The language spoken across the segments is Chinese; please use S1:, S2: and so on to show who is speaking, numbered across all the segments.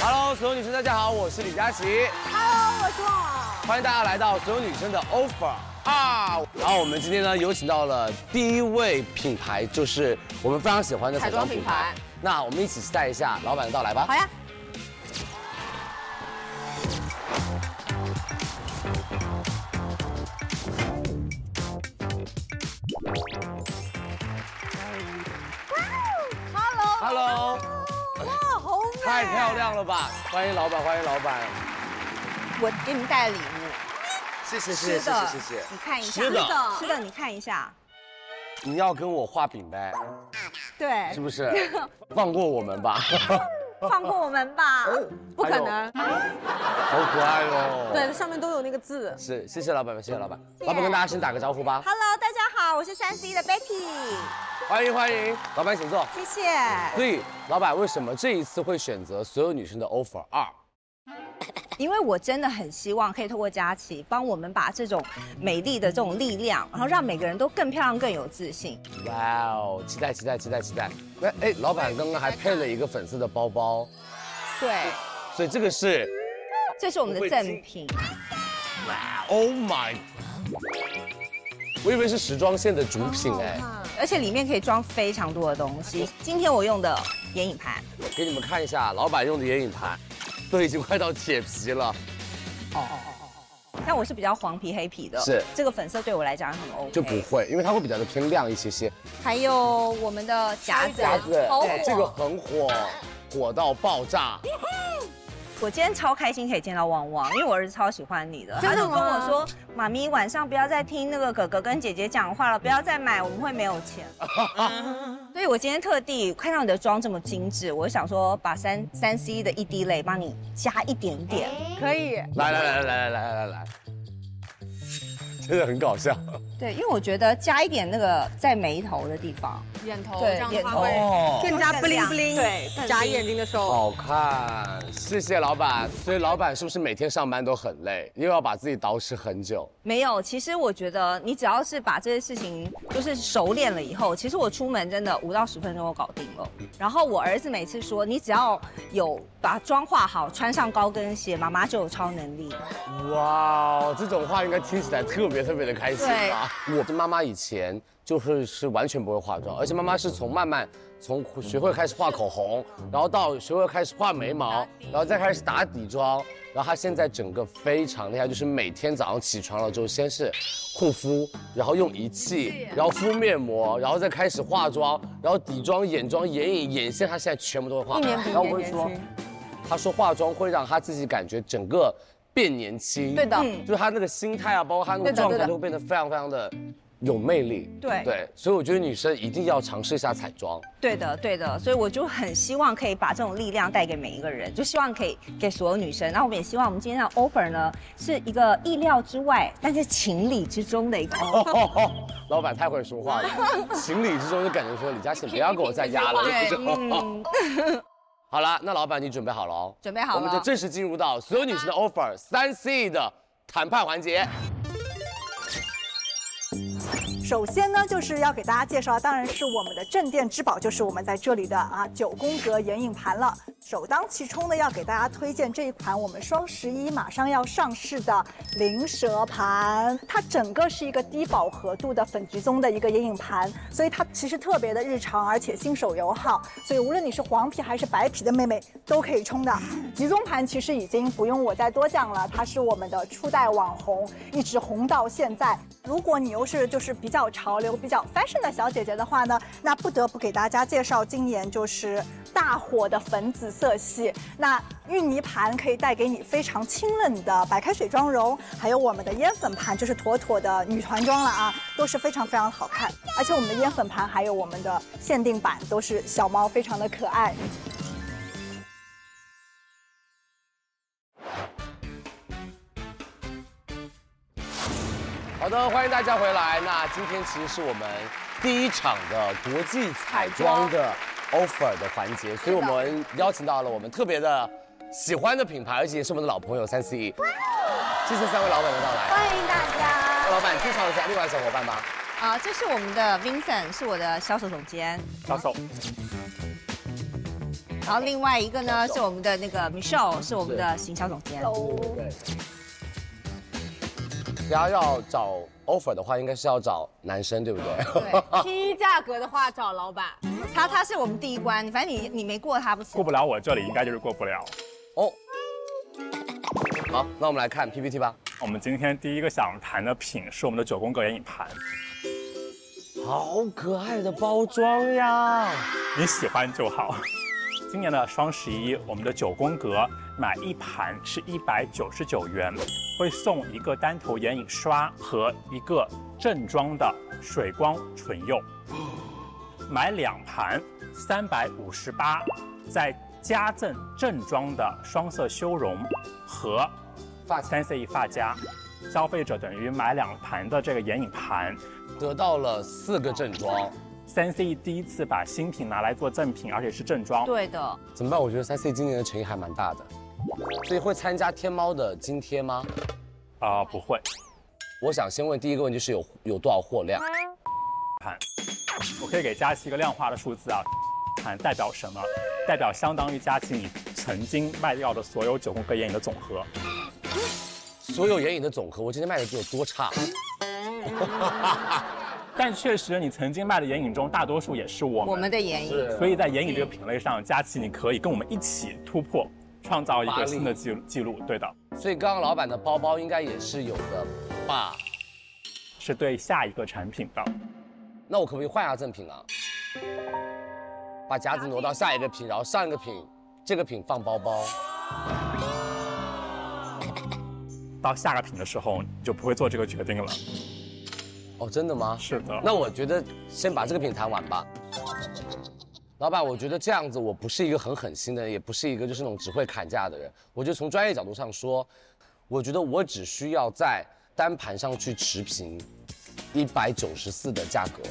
S1: Hello，所有女生大家好，我是李佳琦，
S2: Hello，我是旺
S3: 啊
S2: 旺。
S1: 欢迎大家来到所有女生的 Offer 啊。然后我们今天呢，有请到了第一位品牌，就是我们非常喜欢的彩妆品牌。
S2: 彩妆品牌
S1: 那我们一起期待一下老板的到来吧
S2: 好。呀，
S1: Hello，
S2: Hello。哇，好美！
S1: 太漂。亮了吧！欢迎老板，欢迎老板，
S2: 我给你们带了礼物，
S1: 谢谢
S2: 吃的，你看一下，
S1: 吃的
S2: 吃的，你看一下，
S1: 你要跟我画饼呗，
S2: 对
S1: 是，不 是？放过我们吧，
S2: 放过我们吧，
S1: 哦
S2: 不可能，
S1: 好可爱哦。
S2: 对，上面都有那个字。
S1: 是，谢谢老板们，谢谢老板。
S2: 谢
S1: 老板跟大家先打个招呼吧，
S2: Hello，大家好，我是三十一的 Betty，
S1: 欢迎欢迎，老板请坐。
S2: 谢谢。
S1: 所以，老板为什么这一次会选择所有女生的 offer 二？
S2: 因为我真的很希望可以透过佳琪帮我们把这种美丽的这种力量，然后让每个人都更漂亮、更有自信。
S1: 哇哦，期待期待期待期待！那哎，老板刚刚还配了一个粉色的包包，
S2: 对，
S1: 所以这个是
S2: 这是我们的赠品。
S1: Oh my，我以为是时装线的主品哎，
S2: 而且里面可以装非常多的东西。今天我用的眼影盘，
S1: 给你们看一下老板用的眼影盘，都已经快到铁皮了，
S2: 但我是比较黄皮黑皮的，
S1: 是
S2: 这个粉色对我来讲很 OK。
S1: 就不会，因为它会比较的偏亮一些些。
S2: 还有我们的夹子，
S1: 夹子，
S3: 好火
S1: 哇这个很火，火到爆炸。
S2: 我今天超开心可以见到旺旺，因为我儿子超喜欢你的，
S3: 真
S2: 他
S3: 的
S2: 就
S3: 吗
S2: 跟我说：“妈咪晚上不要再听那个哥哥跟姐姐讲话了，不要再买，我们会没有钱。”
S3: 嗯
S2: 所以我今天特地看到你的妆这么精致，我想说把三三 C 的一滴泪帮你加一点点。
S3: 可以，
S1: 来来来来来来来来来，真的很搞笑。
S2: 对，因为我觉得加一点那个在眉头的地方，
S3: 眼头
S2: 对
S3: 这样的
S2: 眼
S3: 话
S2: 头
S3: 会
S1: 哦，
S3: 更加
S2: 更
S3: bling
S2: 亮
S3: bling，
S2: 对更
S3: 眨
S2: bling
S3: 眼睛的时候，
S1: 好看，谢谢老板。所以老板是不是每天上班都很累，又要把自己捯饬很久？
S2: 没有，其实我觉得你只要是把这些事情就是熟练了以后，其实我出门真的五到十分钟就搞定了。然后我儿子每次说，你只要有把妆化好，穿上高跟鞋，妈妈就有超能力。
S1: 哇哦，这种话应该听起来特别特别的开心吧？我的妈妈以前就是是完全不会化
S3: 嗯
S1: 妆，而且妈妈是从慢慢从学会开始画口红，
S3: 嗯
S1: 然后到学会开始画眉毛，然后再开始打底妆，然后她现在整个非常厉害，就是每天早上起床了之后，先是护肤，然后用仪器，然后敷面膜，然后再开始化妆，然后底妆、眼妆、眼影、眼线，她现在全部都会画。
S3: 一年比一
S1: 然后我
S3: 年
S1: 会
S3: 年
S1: 说。
S3: 轻。
S1: 他说化妆会让他自己感觉整个变年轻，
S3: 对的
S2: 嗯
S1: 就是他那个心态啊，包括他那个
S3: 对的
S1: 状
S3: 对
S1: 态，
S3: 的
S1: 都会变得非常非常的有魅力。
S2: 对
S1: 对，所以我觉得女生一定要尝试一下彩妆。
S2: 对
S3: 嗯
S2: 的，对的，所以我就很希望可以把这种力量带给每一个人，就希望可以给所有女生。然后我们也希望我们今天的 offer 呢，是一个意料之外，但是情理之中的一个 offer。
S1: 老板太会说话 了，情理之中就感觉说李佳琦不要给我再压了。 就是
S2: 嗯，
S1: 好了，那老板你准备好了哦？
S2: 准备好了
S1: 我们就正式进入到所有女生的 offer 三 C 的谈判环节。
S4: 首先呢，就是要给大家介绍，当然是我们的镇店之宝，就是我们在这里的啊九宫格眼影盘了。首当其冲的要给大家推荐这一款我们双十一马上要上市的灵蛇盘，它整个是一个低饱和度的粉橘棕的一个眼影盘，所以它其实特别的日常，而且新手友好，所以无论你是黄皮还是白皮的妹妹都可以冲的。橘棕盘其实已经不用我再多讲了，它是我们的初代网红，一直红到现在。如果你又是就是比较潮流、比较 fashion 的小姐姐的话呢，那不得不给大家介绍今年就是大火的粉紫色系。那芋泥盘可以带给你非常清冷的白开水妆容，还有我们的烟粉盘就是妥妥的女团妆了啊，都是非常非常好看。而且我们的烟粉盘还有我们的限定版都是小猫，非常的可爱。
S1: 好的，欢迎大家回来。那今天其实是我们第一场的国际彩妆的 offer 的环节，所以我们邀请到了我们特别的喜欢的品牌，而且也是我们的老朋友三 C E。谢谢三位老板的到来。
S2: 欢迎大家。
S1: 老板介绍一下另外小伙伴吧。
S2: 啊，这是我们的 Vincent，是我的销售总监。
S5: 销售。
S2: 然后另外一个呢是我们的那个 Michelle，是我们的行销总监。
S1: 对。大家要找 offer 的话，应该是要找男生，对不对？
S2: 对，
S3: 第一价格的话找老板，
S2: 他他是我们第一关，反正你你没过他不行。
S5: 过不了我这里，应该就是过不了。
S1: 哦。好，那我们来看 PPT 吧。
S5: 我们今天第一个想谈的品是我们的九宫格眼影盘，
S1: 好可爱的包装呀！
S5: 你喜欢就好。今年的双十一，我们的九宫格买一盘是一百九十九元，会送一个单头眼影刷和一个正装的水光唇釉。买两盘三百五十八，358, 再加赠正装的双色修容和
S1: 发
S5: 三 C E 发夹。消费者等于买两盘的这个眼影盘，
S1: 得到了四个正装，
S5: 三 C E 第一次把新品拿来做赠品，而且是正装。
S2: 对的，
S1: 怎么办？我觉得三 C 今年的诚意还蛮大的，所以会参加天猫的津贴吗？
S5: 啊、不会，
S1: 我想先问第一个问题是有有多少货量？
S5: 盘，我可以给佳琪一个量化的数字啊，盘代表什么？代表相当于佳琪你曾经卖掉的所有九宫格眼影的总和。
S1: 所有眼影的总和，我今天卖的有多差？
S5: 但确实，你曾经卖的眼影中，大多数也是我们。
S2: 我们的眼影。
S1: 啊
S5: 所以在眼影这个品类上，佳琪你可以跟我们一起突破，创造一
S1: 发
S5: 个
S1: 力
S5: 新的记录记录。对的，
S1: 所以刚刚老板的包包应该也是有的吧？
S5: 是对下一个产品的。
S1: 那我可不可以换下赠品啊？把夹子挪到下一个品，然后上一个品，这个品放包包。
S5: 到下个品的时候，你就不会做这个决定了。
S1: 哦，真的吗？
S5: 是的，
S1: 那我觉得先把这个品谈完吧。老板，我觉得这样子，我不是一个很狠心的人，也不是一个就是那种只会砍价的人。我觉得从专业角度上说，我觉得我只需要在单盘上去持平一百九十四的价格，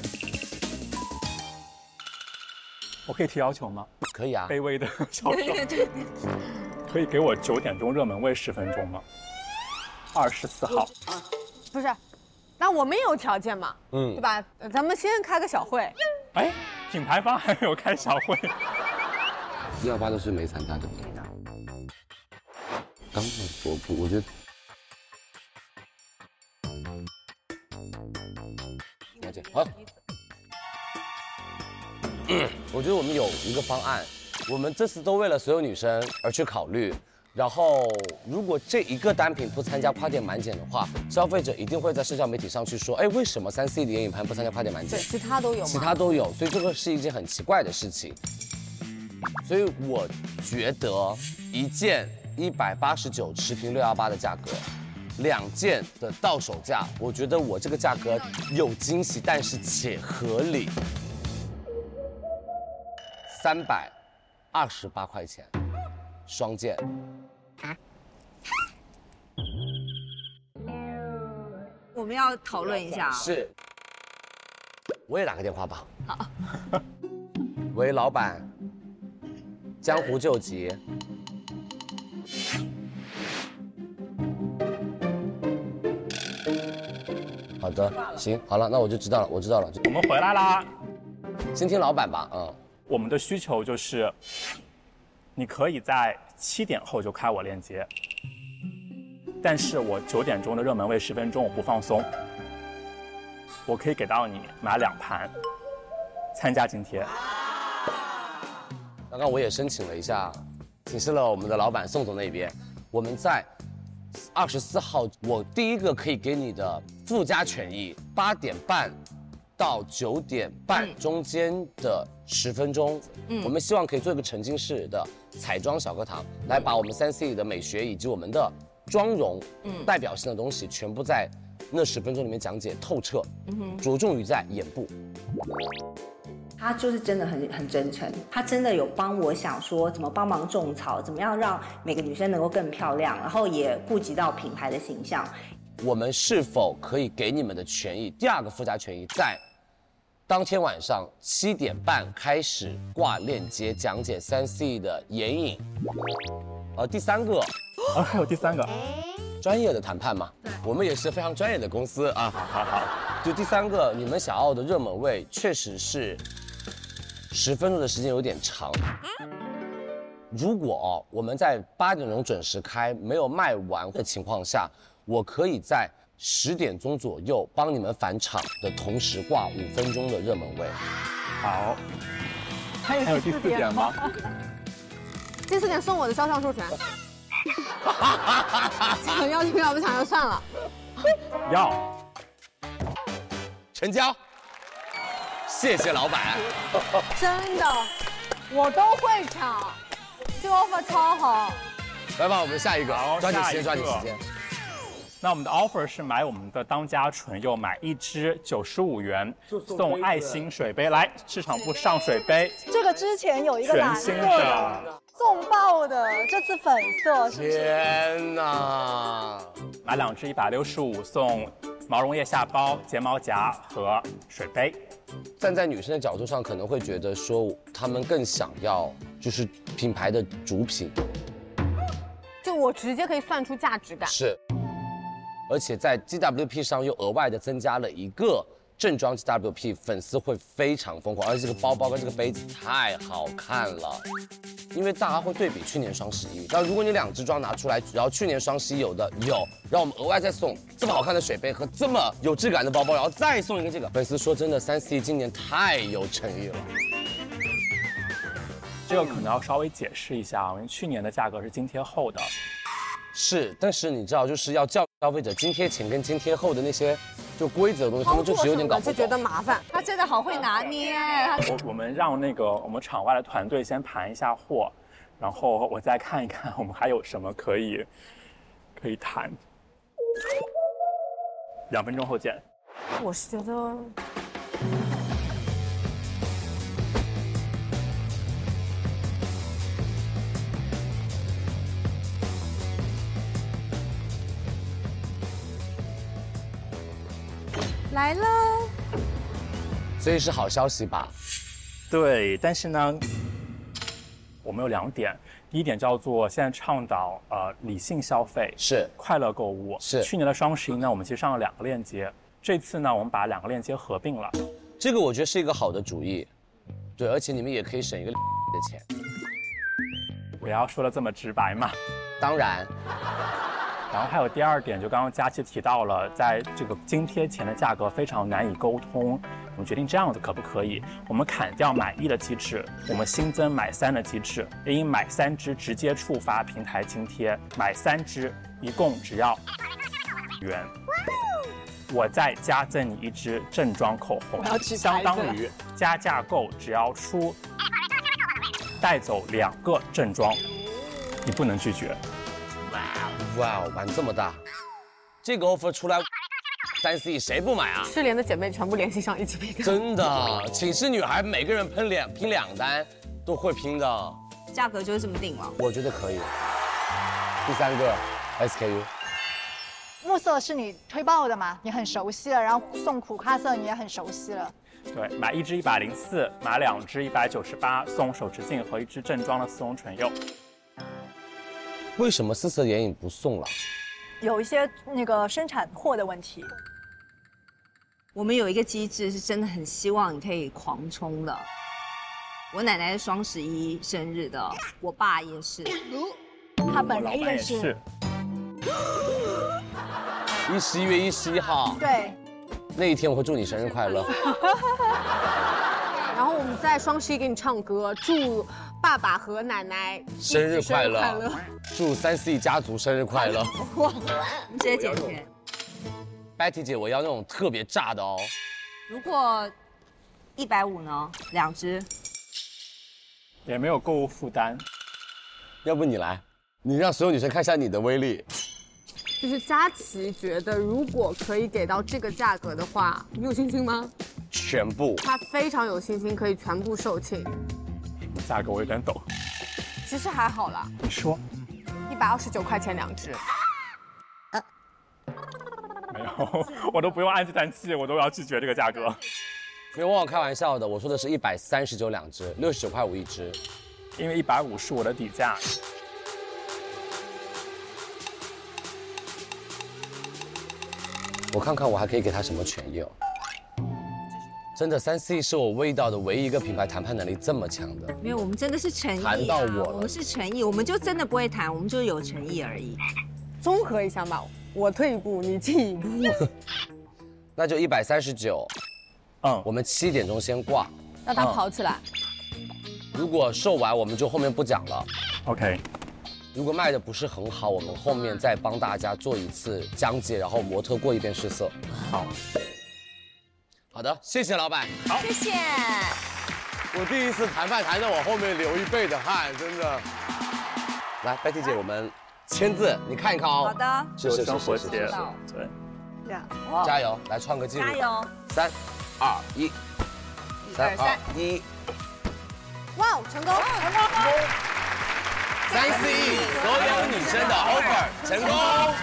S5: 我可以提要求吗？
S1: 可以啊？
S5: 卑微的小
S2: 对
S5: 手，
S2: 对对，
S5: 可以给我九点钟热门位十分钟吗？二十四号，
S3: 不是，那我们也有条件嘛，
S1: 嗯
S3: 对，吧？呃咱们先开个小会，
S5: 哎，品牌方还没有开小会，
S1: 幺八都是没参加的。刚才我不，我觉得。嗯了解，好。嗯我觉得我们有一个方案，我们这次都为了所有女生而去考虑。然后，如果这一个单品不参加跨店满减的话，消费者一定会在社交媒体上去说，哎，为什么三 C 的眼影盘不参加跨店满减
S3: 对，？其他都有
S1: 其
S3: 嘛。
S1: 他都有，所以这个是一件很奇怪的事情。所以我觉得一件一百八十九持平六幺八的价格，两件的到手价，我觉得我这个价格有惊喜，但是且合理，三百二十八块钱，双件。
S2: 我们要讨论一下。
S1: 是，我也打个电话吧。好。喂，老板，江湖救急。好的，行，好了，那我就知道了，我知道了，就
S5: 我们回来啦。
S1: 先听老板吧，嗯，
S5: 我们的需求就是，你可以在七点后就开我链接，但是我九点钟的热门位十分钟我不放松，我可以给到你买两盘，参加津贴。
S1: 刚刚我也申请了一下，请示了我们的老板宋总那边，我们在二十四号，我第一个可以给你的附加权益，八点半到九点半
S2: 嗯
S1: 中间的十分钟，
S2: 嗯
S1: 我们希望可以做一个沉浸式的彩妆小课堂，来把我们三 C 的美学以及我们的妆容，
S2: 嗯
S1: 代表性的东西全部在那十分钟里面讲解透彻，
S2: 嗯哼。
S1: 着重于在眼部。
S6: 他就是真的很很真诚，他真的有帮我想说怎么帮忙种草，怎么样让每个女生能够更漂亮，然后也顾及到品牌的形象。
S1: 我们是否可以给你们的权益？第二个附加权益在当天晚上七点半开始挂链接讲解三 C 的眼影。呃，第三个
S5: 啊，还有第三个，
S1: 专业的谈判嘛，我们也是非常专业的公司啊。
S5: 好好，
S1: 就第三个，你们想要的热门位确实是十分钟的时间有点长，如果哦我们在八点钟准时开，没有卖完的情况下，我可以在十点钟左右帮你们返场的同时挂五分钟的热门位。
S5: 好，
S3: 还
S5: 还有第四点吗？
S3: 第四点送我的肖像授 权。想要就要，不想要算了。
S5: 要
S1: 成交，谢谢老板。
S3: 真的，我都会抢，这个 offer 超好。
S1: 来吧，我们下一个
S5: 好，
S1: 抓紧时
S5: 下一
S1: 间，
S5: 个
S1: 抓紧时间。
S5: 那我们的 offer 是买我们的当家唇釉，买一支九十五元，送爱心水杯。来，市场部上水杯，
S4: 这个之前有一个
S5: 全
S4: 蓝
S5: 新
S4: 色
S5: 的
S4: 的，。重爆的，这次粉色是不是？
S1: 天哪！
S5: 买两支一百六十五送毛绒腋下包、睫毛夹和水杯。
S1: 站在女生的角度上，可能会觉得说，她们更想要就是品牌的主品
S3: 就我直接可以算出价值感，
S1: 是，而且在 GWP 上又额外的增加了一个正装 GWP，粉丝会非常疯狂，而且这个包包跟这个杯子太好看了。因为大家会对比去年双十一，然后如果你两只装拿出来，然后去年双十一有的有，然后我们额外再送这么好看的水杯和这么有质感的包包，然后再送一个这个。粉丝说真的，三 C 今年太有诚意了。
S5: 这个可能要稍微解释一下啊，因为去年的价格是津贴后的，
S1: 是，但是你知道，就是要教消费者津贴前跟津贴后的那些就规则的东西，他们就是有点搞不
S3: 就
S1: 懂。
S3: 觉
S1: 哦
S3: 得麻烦。
S2: 他真的好会拿捏哎，他
S5: 我我们让那个我们场外的团队先盘一下货，然后我再看一看我们还有什么可以可以谈。两分钟后见。
S3: 我是觉得来了，
S1: 所以是好消息吧？
S5: 对，但是呢，我们有两点，第一点叫做现在倡导呃理性消费，
S1: 是
S5: 快乐购物。
S1: 是
S5: 去年的双十一呢，我们其实上了两个链接，这次呢，我们把两个链接合并了。
S1: 这个，我觉得是一个好的主意。对，而且你们也可以省一个的钱。
S5: 我要说的这么直白嘛。
S1: 当然，
S5: 然后还有第二点，就刚刚佳琪提到了，在这个津贴前的价格非常难以沟通，我们决定这样子可不可以？我们砍掉买一的机制，我们新增买三的机制，也因买三支直接触发平台津贴，买三支一共只要元。我再加赠你一支正装口红
S3: 我要，举牌
S5: 相
S3: 子
S5: 当于加价购只要出带走两个正装，你不能拒绝。
S1: 哇哦，玩这么大，这个 offer 出来，三 C 谁不买啊？
S3: 失联的姐妹全部联系上一起被 干。
S1: 真的，寝室女孩每个人喷两拼两单，都会拼的。
S2: 价格就是这么定了。
S1: 我觉得可以。第三个 SKU，
S4: 暮色是你推爆的嘛？你很熟悉了，然后送苦咖色你也很熟悉了。
S5: 对，买一支一百零四，买两支一百九十八，送手持镜和一支正装的丝绒唇釉。
S1: 为什么四色眼影不送了？
S4: 有一些那个生产货的问题，
S2: 我们有一个机制是真的很希望你可以狂冲的。我奶奶是双十一生日的，我爸也是。
S4: 他本
S5: 老
S4: 人
S5: 板也
S4: 是，
S5: 是，哎
S1: 一十一月一十一号
S4: 对，
S1: 那一天，我会祝你生日快乐。
S3: 然后我们在双十一给你唱歌，祝爸爸和奶奶一起
S1: 生日快乐
S3: 生日快
S1: 祝三 C 家族生日快 乐
S2: 你直接减钱。
S1: ，Betty 姐，我要那种特别炸的哦。
S2: 如果一百五呢？两只。
S5: 也没有购物负担。
S1: 要不你来，你让所有女生看一下你的威力。
S3: 就是佳琪觉得，如果可以给到这个价格的话，你有信心吗？
S1: 全部
S3: 他非常有信心可以全部售罄。
S5: 价格我有点抖。
S3: 其实还好啦，
S5: 你说
S3: 一百二十九块钱两只。
S5: 没有？ 我都不用按计算器，我都要拒绝这个价格。
S1: 没有忘我开玩笑的，我说的是一百三十九两只，六十九块五一只。
S5: 因为一百五是我的底价。
S1: 我看看我还可以给她什么权益哦。真的三 C 是我味道的唯一一个品牌谈判能力这么强的。
S2: 没有，我们真的是诚意、啊，
S1: 谈到我了
S2: 我们是诚意，我们就真的不会谈，我们就是有诚意而已。
S3: 综合一下嘛，我退一步，你进一步。
S1: 那就一百三十九，
S5: 嗯，
S1: 我们七点钟先挂。
S7: 让他跑起来。
S1: 如果售完，我们就后面不讲了。
S5: 嗯 OK，
S1: 如果卖的不是很好，我们后面再帮大家做一次讲解，然后模特过一遍试色。
S5: 好，
S1: 好的，谢谢老板。
S2: 谢谢。
S1: 我第一次谈判谈到我后面流一背的汗，真的。来，Betty 姐，我们签字， 你看一看哦。
S2: 好，的，
S1: 是是是
S5: 生活
S1: 是是
S5: 节
S1: 是，
S5: 对，
S4: 这样。
S1: 加油，来创个记录。
S2: 加！油！
S1: 三、二、一，
S2: 一
S1: 三
S2: 二
S1: 二
S2: 三，
S1: 一，
S4: 哇，
S3: 哦
S4: 成功！
S1: 三 C 所有女生的 offer 成功。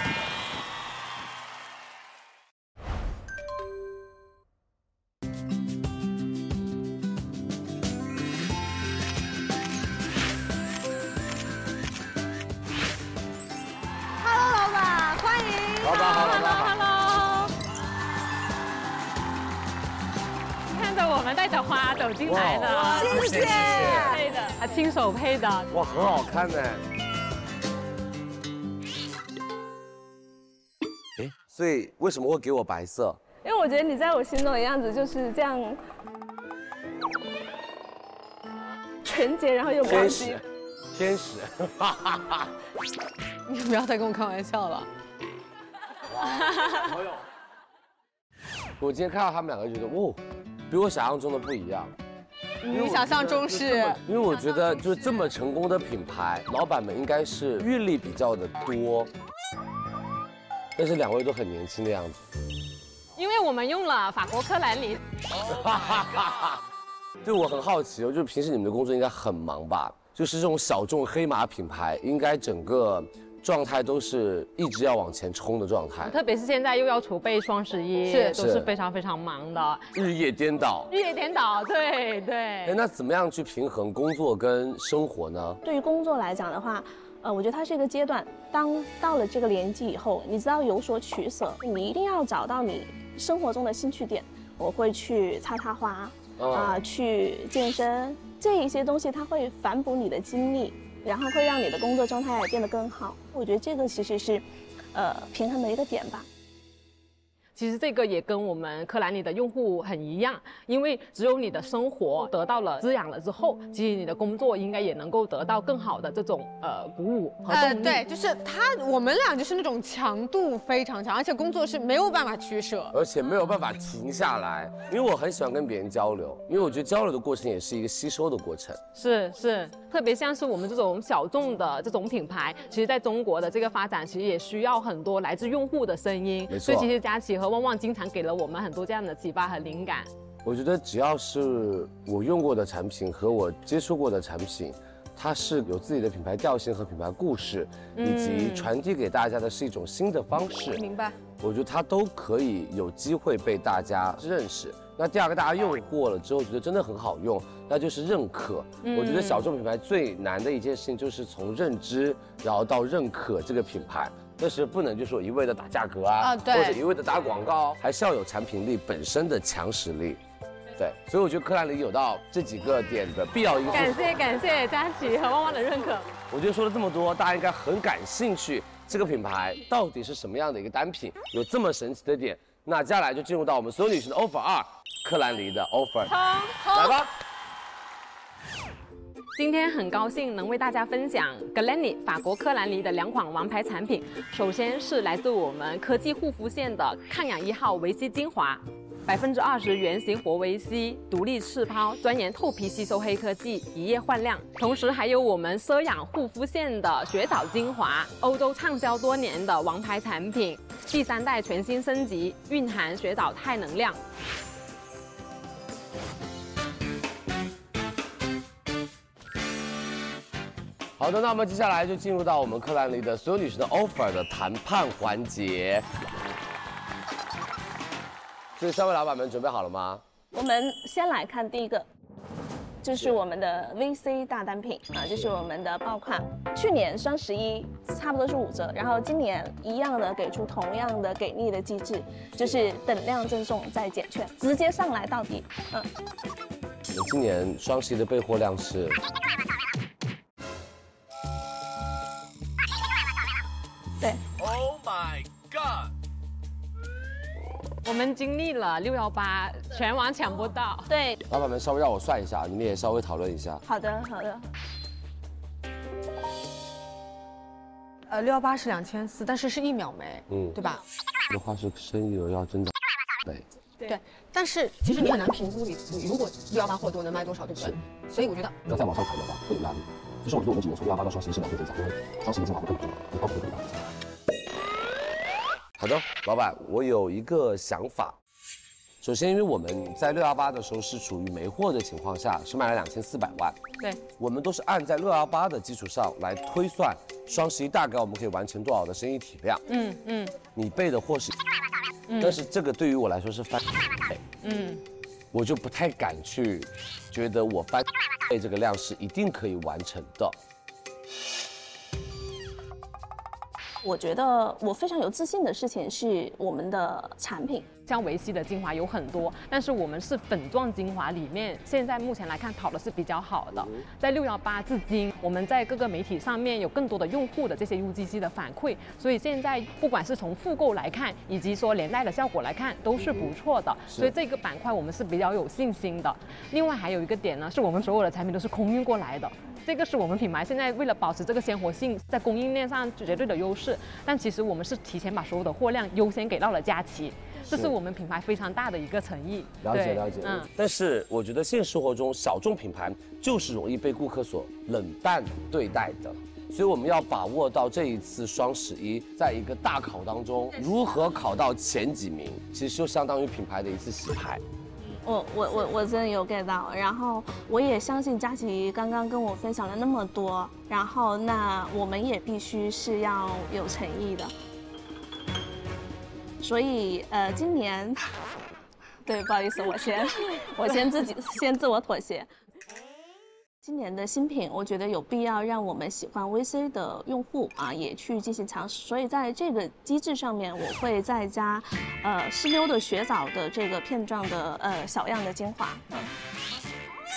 S2: ，Hello，老板，欢迎。
S1: 老板好老板好
S7: Hello，Hello。你看着我们带着花走进来的，
S1: 谢谢谢谢，
S7: 配的啊，亲手配的。
S1: 哇，很好看呢。哎，所以为什么会给我白色？
S8: 因为我觉得你在我心中的样子就是这样纯洁，然后又高
S1: 天
S8: 级
S1: 使。，天使， 哈哈哈！
S7: 你不要再跟我开玩笑了。
S1: 我今天看到他们两个，觉得哦，比我想象中的不一样。
S9: 嗯
S7: 你想象中是
S1: 因为我觉得就是这么成功的品牌，老板们应该是阅历比较的多，但是两位都很年轻的样子。
S7: 因为我们用了法国科兰 林，
S1: 对我很好奇，就是平时你们的工作应该很忙吧？就是这种小众黑马品牌，应该整个状态都是一直要往前冲的状态，
S7: 特别是现在又要筹备双十一，
S3: 是
S7: 都
S1: 是
S7: 是非常非常忙的，
S1: 日夜颠倒。
S7: 日夜颠倒。对
S1: 哎，
S7: 对，
S1: 那怎么样去平衡工作跟生活呢？
S8: 对于工作来讲的话，呃，我觉得它是一个阶段。当到了这个年纪以后，你知道有所取舍，你一定要找到你生活中的兴趣点。我会去插插花，啊、
S1: 哦
S8: 去健身，这一些东西它会反哺你的精力，然后会让你的工作状态变得更好。我觉得这个其实是，呃，平衡的一个点吧。
S7: 其实这个也跟我们科兰里的用户很一样，因为只有你的生活得到了滋养了之后，其实你的工作应该也能够得到更好的这种呃鼓舞和
S9: 呃，
S7: 动力。
S9: 对，就是他，我们俩就是那种强度非常强，而且工作是没有办法取舍。
S1: 而且没有办法停下来，因为我很喜欢跟别人交流，因为我觉得交流的过程也是一个吸收的过程。
S7: 是是，特别像是我们这种小众的这种品牌，其实在中国的这个发展，其实也需要很多来自用户的声音。
S1: 没
S7: 所以
S1: 错
S7: 其实佳琪和旺旺经常给了我们很多这样的启发和灵感。
S1: 我觉得只要是我用过的产品和我接触过的产品，它是有自己的品牌调性和品牌故事，以及传递给大家的是一种新的方式。
S9: 嗯明白。
S1: 我觉得它都可以有机会被大家认识。那第二个，大家用过了之后觉得真的很好用，那就是认可。我觉得小众品牌最难的一件事情就是从认知，然后到认可这个品牌。但是不能就说一味的打价格啊，
S9: 啊对
S1: 或者一味的打广告，还是要有产品力本身的强实力。对，所以我觉得柯兰里有到这几个点的必要因素。
S7: 感谢感谢佳琪和旺旺的认可。
S1: 我觉得说了这么多，大家应该很感兴趣，这个品牌到底是什么样的一个单品，有这么神奇的点。那接下来就进入到我们所有女生的 offer 二，克兰黎的 offer，来吧。
S7: 今天很高兴能为大家分享 Galani 法国科兰黎的两款王牌产品。首先是来自我们科技护肤线的抗氧一号维 C 精华，百分之二十原型活维 C，独立次抛，钻研透皮吸收黑科技，一夜焕亮。同时还有我们奢养护肤线的雪藻精华，欧洲畅销多年的王牌产品，第三代全新升级，蕴含雪藻肽能量，
S1: 好的，那我们接下来就进入到我们克兰黎的所有女生的 offer 的谈判环节。所以三位老板们准备好了吗？
S8: 我们先来看第一个，就是我们的 VC 大单品啊，就是我们的爆款。去年双十一差不多是五折，然后今年一样的给出同样的给力的机制，就是等量赠送再减券，直接上来到底。嗯，
S1: 我们今年双十一的备货量是
S8: 对，
S1: ，Oh my God！
S7: 我们经历了六幺八，全网抢不到。
S8: 对，
S1: 老板们稍微让我算一下，你们也稍微讨论一下。
S8: 好的，好的。
S9: 呃，六幺八是两千四，但是是一秒没，
S1: 嗯，
S9: 对吧？
S1: 这话是深有要真的对，
S9: 对。但是其实你很难评估你你如果六幺八货多能卖多少，对不对？所以我觉得
S10: 要再往上抬的话，会有压力。就是我们说，我们只能从六幺八到双十一是两个增长，因为双十一增长会更多，你包括会更大。
S1: 好的，老板，我有一个想法。首先，因为我们在六幺八的时候是处于没货的情况下，是卖了两千四百万。
S7: 对，
S1: 我们都是按在六幺八的基础上来推算双十一大概我们可以完成多少的生意体量。
S7: 嗯嗯
S1: 你备的货是，但是这个对于我来说是翻倍，
S7: 嗯，
S1: 我就不太敢去觉得我翻倍这个量是一定可以完成的。
S8: 我觉得我非常有自信的事情是我们的产品，
S7: 像维 C 的精华有很多，但是我们是粉状精华里面，现在目前来看跑的是比较好的。
S8: 嗯
S7: 在六幺八至今，我们在各个媒体上面有更多的用户的这些 UGC 的反馈，所以现在不管是从复购来看，以及说连带的效果来看，都是不错的。所以这个板块我们是比较有信心的。另外还有一个点呢，是我们所有的产品都是空运过来的。这个是我们品牌现在为了保持这个鲜活性，在供应链上绝对的优势。但其实我们是提前把所有的货量优先给到了佳琦，这是我们品牌非常大的一个诚意。嗯
S1: 了解
S7: 对
S1: 了解。但是我觉得现实生活中小众品牌就是容易被顾客所冷淡对待的，所以我们要把握到这一次双十一，在一个大考当中，如何考到前几名，其实就相当于品牌的一次洗牌。
S8: 我我我我真的有 get 到，然后我也相信佳琪刚刚跟我分享了那么多，然后那我们也必须是要有诚意的，所以呃，今年， 对，不好意思，我先 我先自己先自我妥协。今年的新品，我觉得有必要让我们喜欢 VC 的用户啊，也去进行尝试。所以在这个机制上面，我会再加，呃，湿溜的雪藻的这个片状的呃小样的精华。嗯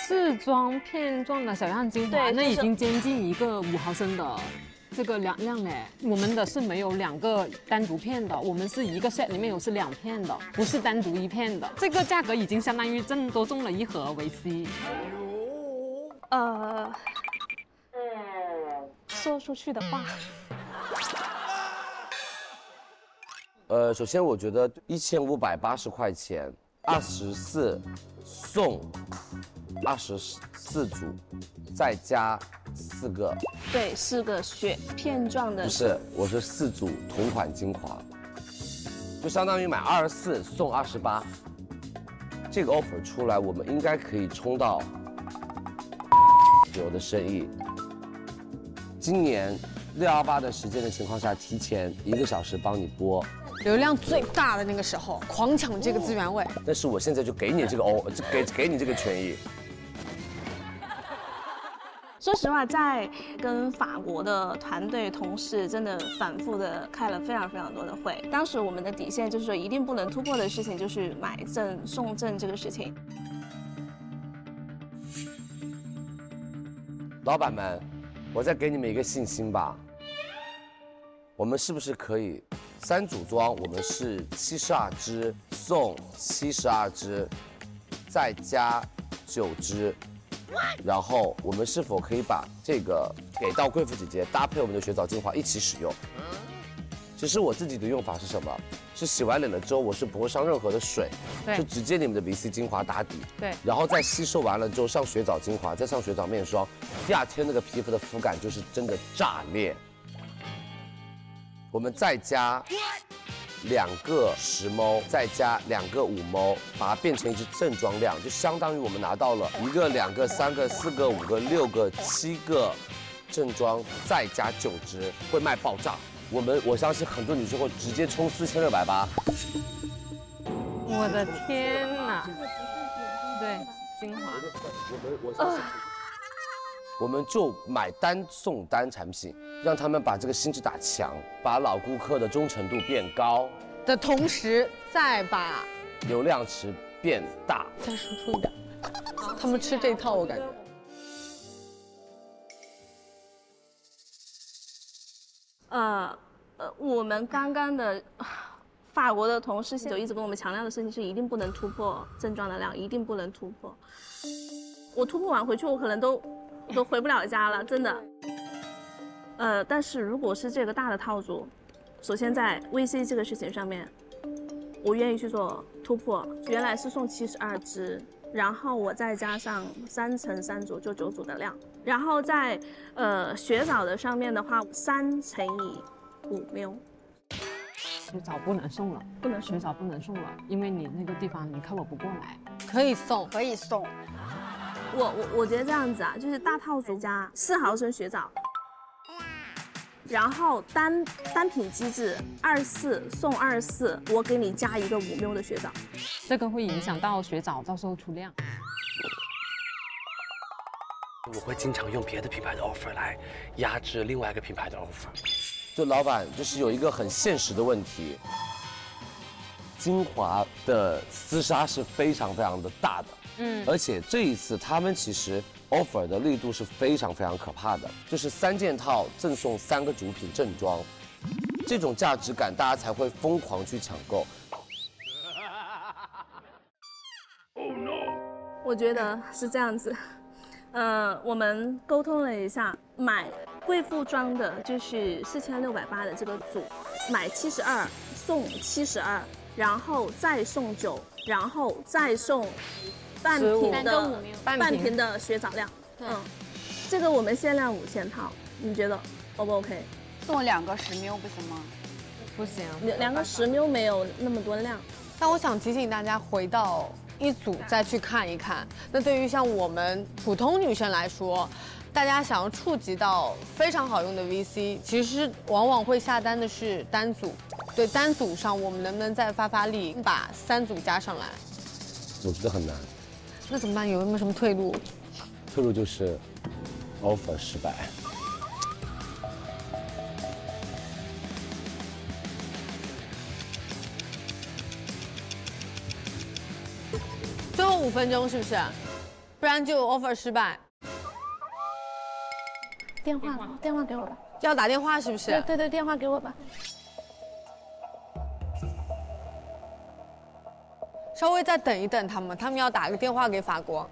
S7: 试妆片状的小样精华，
S8: 对
S7: 那
S8: 就是
S7: 已经接近一个五毫升的。这个两样嘞，我们的是没有两个单独片的，我们是一个 set 里面有是两片的，不是单独一片的。这个价格已经相当于正多中了一盒维 C。
S8: 呃，说出去的话，
S1: 呃，首先我觉得一千五百八十块钱，二十四送二十四组，再加四个，
S8: 对，是个雪片状的
S1: 不，是，我是四组同款精华，就相当于买二十四送二十八。这个 offer 出来，我们应该可以冲到有的生意。今年六幺八的时间的情况下，提前一个小时帮你播，
S9: 流量最大的那个时候，狂抢这个资源位。
S1: 但是我现在就给你这个 o，就给给你这个权益。
S8: 说实话，在跟法国的团队同事真的反复的开了非常非常多的会。当时我们的底线就是说，一定不能突破的事情就是买赠送赠这个事情。
S1: 老板们，我再给你们一个信心吧。我们是不是可以三组装？我们是七十二支送七十二支，再加九支。然后我们是否可以把这个给到贵妇姐姐，搭配我们的雪藻精华一起使用？其实我自己的用法是什么？是洗完脸了之后，我是不会上任何的水，
S7: 对
S1: 就直接你们的 VC 精华打底，
S7: 对
S1: 然后再吸收完了之后上雪藻精华，再上雪藻面霜，第二天那个皮肤的肤感就是真的炸裂。我们再加两个十猫，再加两个五猫，把它变成一支正装量，就相当于我们拿到了一个、两个、三个、四个、五个、六个、七个正装，再加九支，会卖爆炸。我们我相信很多女生会直接冲四千六百八。
S7: 我的天哪！对，精华。
S1: 我们就买单送单产品，让他们把这个心智打强，把老顾客的忠诚度变高，
S9: 的同时再把
S1: 流量池变大。
S9: 再输出一点，他们吃这套我感觉。
S8: 呃呃，我们刚刚的啊法国的同事就一直跟我们强调的事情是，一定不能突破症状的量，一定不能突破。我突破完回去，我可能都 都回不了家了，真的。呃，但是如果是这个大的套组，首先在 VC 这个事情上面，我愿意去做突破。原来是送七十二支，然后我再加上三乘三组，就九组的量。然后在呃雪藻的上面的话，三乘以五缪，
S11: 水藻不能送了，不能水藻不能送了，因为你那个地方你 cover 不过来。
S9: 可以送，
S4: 可以送。
S8: 我我我觉得这样子啊，就是大套组加四毫升雪藻，然后单单品机制二四送二四，我给你加一个五缪的雪藻。
S11: 这个会影响到水藻到时候出量。
S12: 我会经常用别的品牌的 offer 来压制另外一个品牌的 offer。
S1: 就老板就是有一个很现实的问题，精华的厮杀是非常非常的大的，
S7: 嗯
S1: 嗯，而且这一次他们其实 offer 的力度是非常非常可怕的，就是三件套赠送三个主品正装，这种价值感大家才会疯狂去抢购。
S8: 我觉得是这样子， 呃，我们沟通了一下，买贵妇装的就是四千六百八的这个组，买七十二送七十二，然后再送九，然后再送半
S7: 15
S8: 瓶
S7: 三个
S8: 的
S7: 五名
S8: 半
S7: 半瓶
S8: 瓶的雪藻量，嗯，这个我们限量五千套，你觉得 O 不 OK？
S4: 送两个十缪不行吗？
S7: 不行
S8: 两两个十缪没有那么多量。
S9: 但我想提醒大家，回到一组再去看一看。那对于像我们普通女生来说，大家想要触及到非常好用的 VC，其实往往会下单的是单组。对单组上，我们能不能再发发力，把三组加上来？
S1: 我觉得很难，
S9: 那怎么办？有没有什么退路？
S1: 退路就是 offer 失败。
S9: 最后五分钟是不是？不然就 offer 失败。
S8: 电话，
S9: 电话给我吧。要打电话是不是？
S8: 对
S9: 对对，电话给我吧。稍微再等一等他们，他们要打个电话给法 国。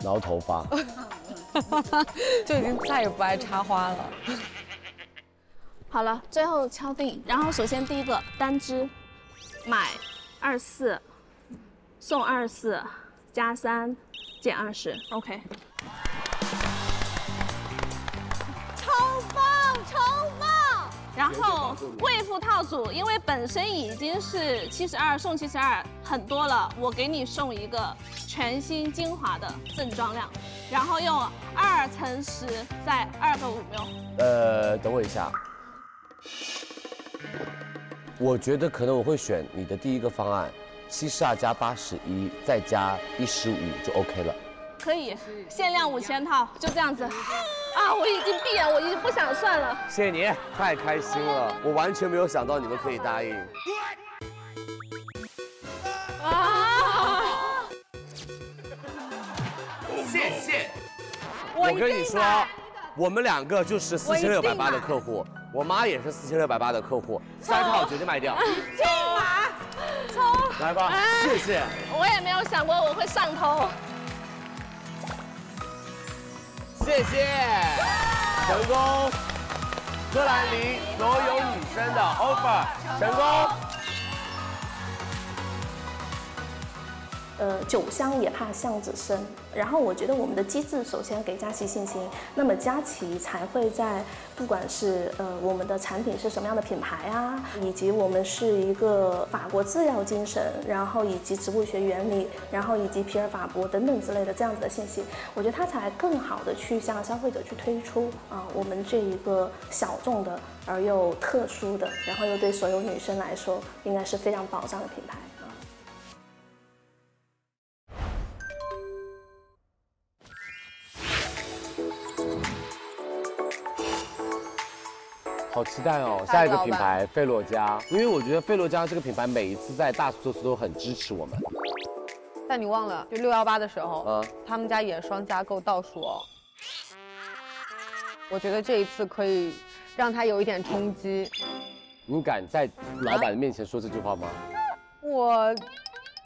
S1: 挠头发，
S9: 就已经再也不爱插花了。
S8: 好了，最后敲定。然后首先第一个单支，买二四，送二四，加三，减二十。OK。超棒，超棒！然后贵妇套组，因为本身已经是七十二送七十二，很多了，我给你送一个全新精华的正装量，然后用二乘十再二个五缪。
S1: 呃，等我一下。我觉得可能我会选你的第一个方案，七十二加八十一，再加一十五就 OK 了。
S8: 可以，限量五千套，就这样子。啊，我已经闭眼，我已经不想算了。
S1: 谢谢你，太开心了，我完全没有想到你们可以答应。
S8: 啊！
S1: 谢谢。我跟你说，我们两个就是四
S12: 我一
S1: 千
S12: 定
S1: 六百八
S12: 买
S1: 的客户，我妈也是四千六百八的客户，三套绝对卖 掉。
S8: 立马冲！哎
S1: 来吧，谢谢。
S8: 我也没有想过我会上头。。
S1: 谢谢，成功，克兰林所有女生的 offer 成功。
S13: 呃，酒香也怕巷子深。然后我觉得我们的机制首先给佳琪信心，那么佳琪才会在不管是呃我们的产品是什么样的品牌啊，以及我们是一个法国制药精神，然后以及植物学原理，然后以及皮尔法博等等之类的这样子的信息，我觉得它才更好的去向消费者去推出啊、我们这一个小众的而又特殊的，然后又对所有女生来说应该是非常保障的品牌。
S1: 好期待 哦！
S9: 大
S1: 下
S9: 家
S1: 一个
S9: 老
S1: 品
S9: 板
S1: 牌菲洛嘉，因为我觉得菲洛嘉这个品牌每一次在大促的时候都很支持我们。
S9: 但你忘了，就六幺八的时候，
S1: 啊，
S9: 他们家眼霜加购倒数哦。我觉得这一次可以让他有一点冲击。
S1: 你敢在老板面前说这句话吗？
S9: 我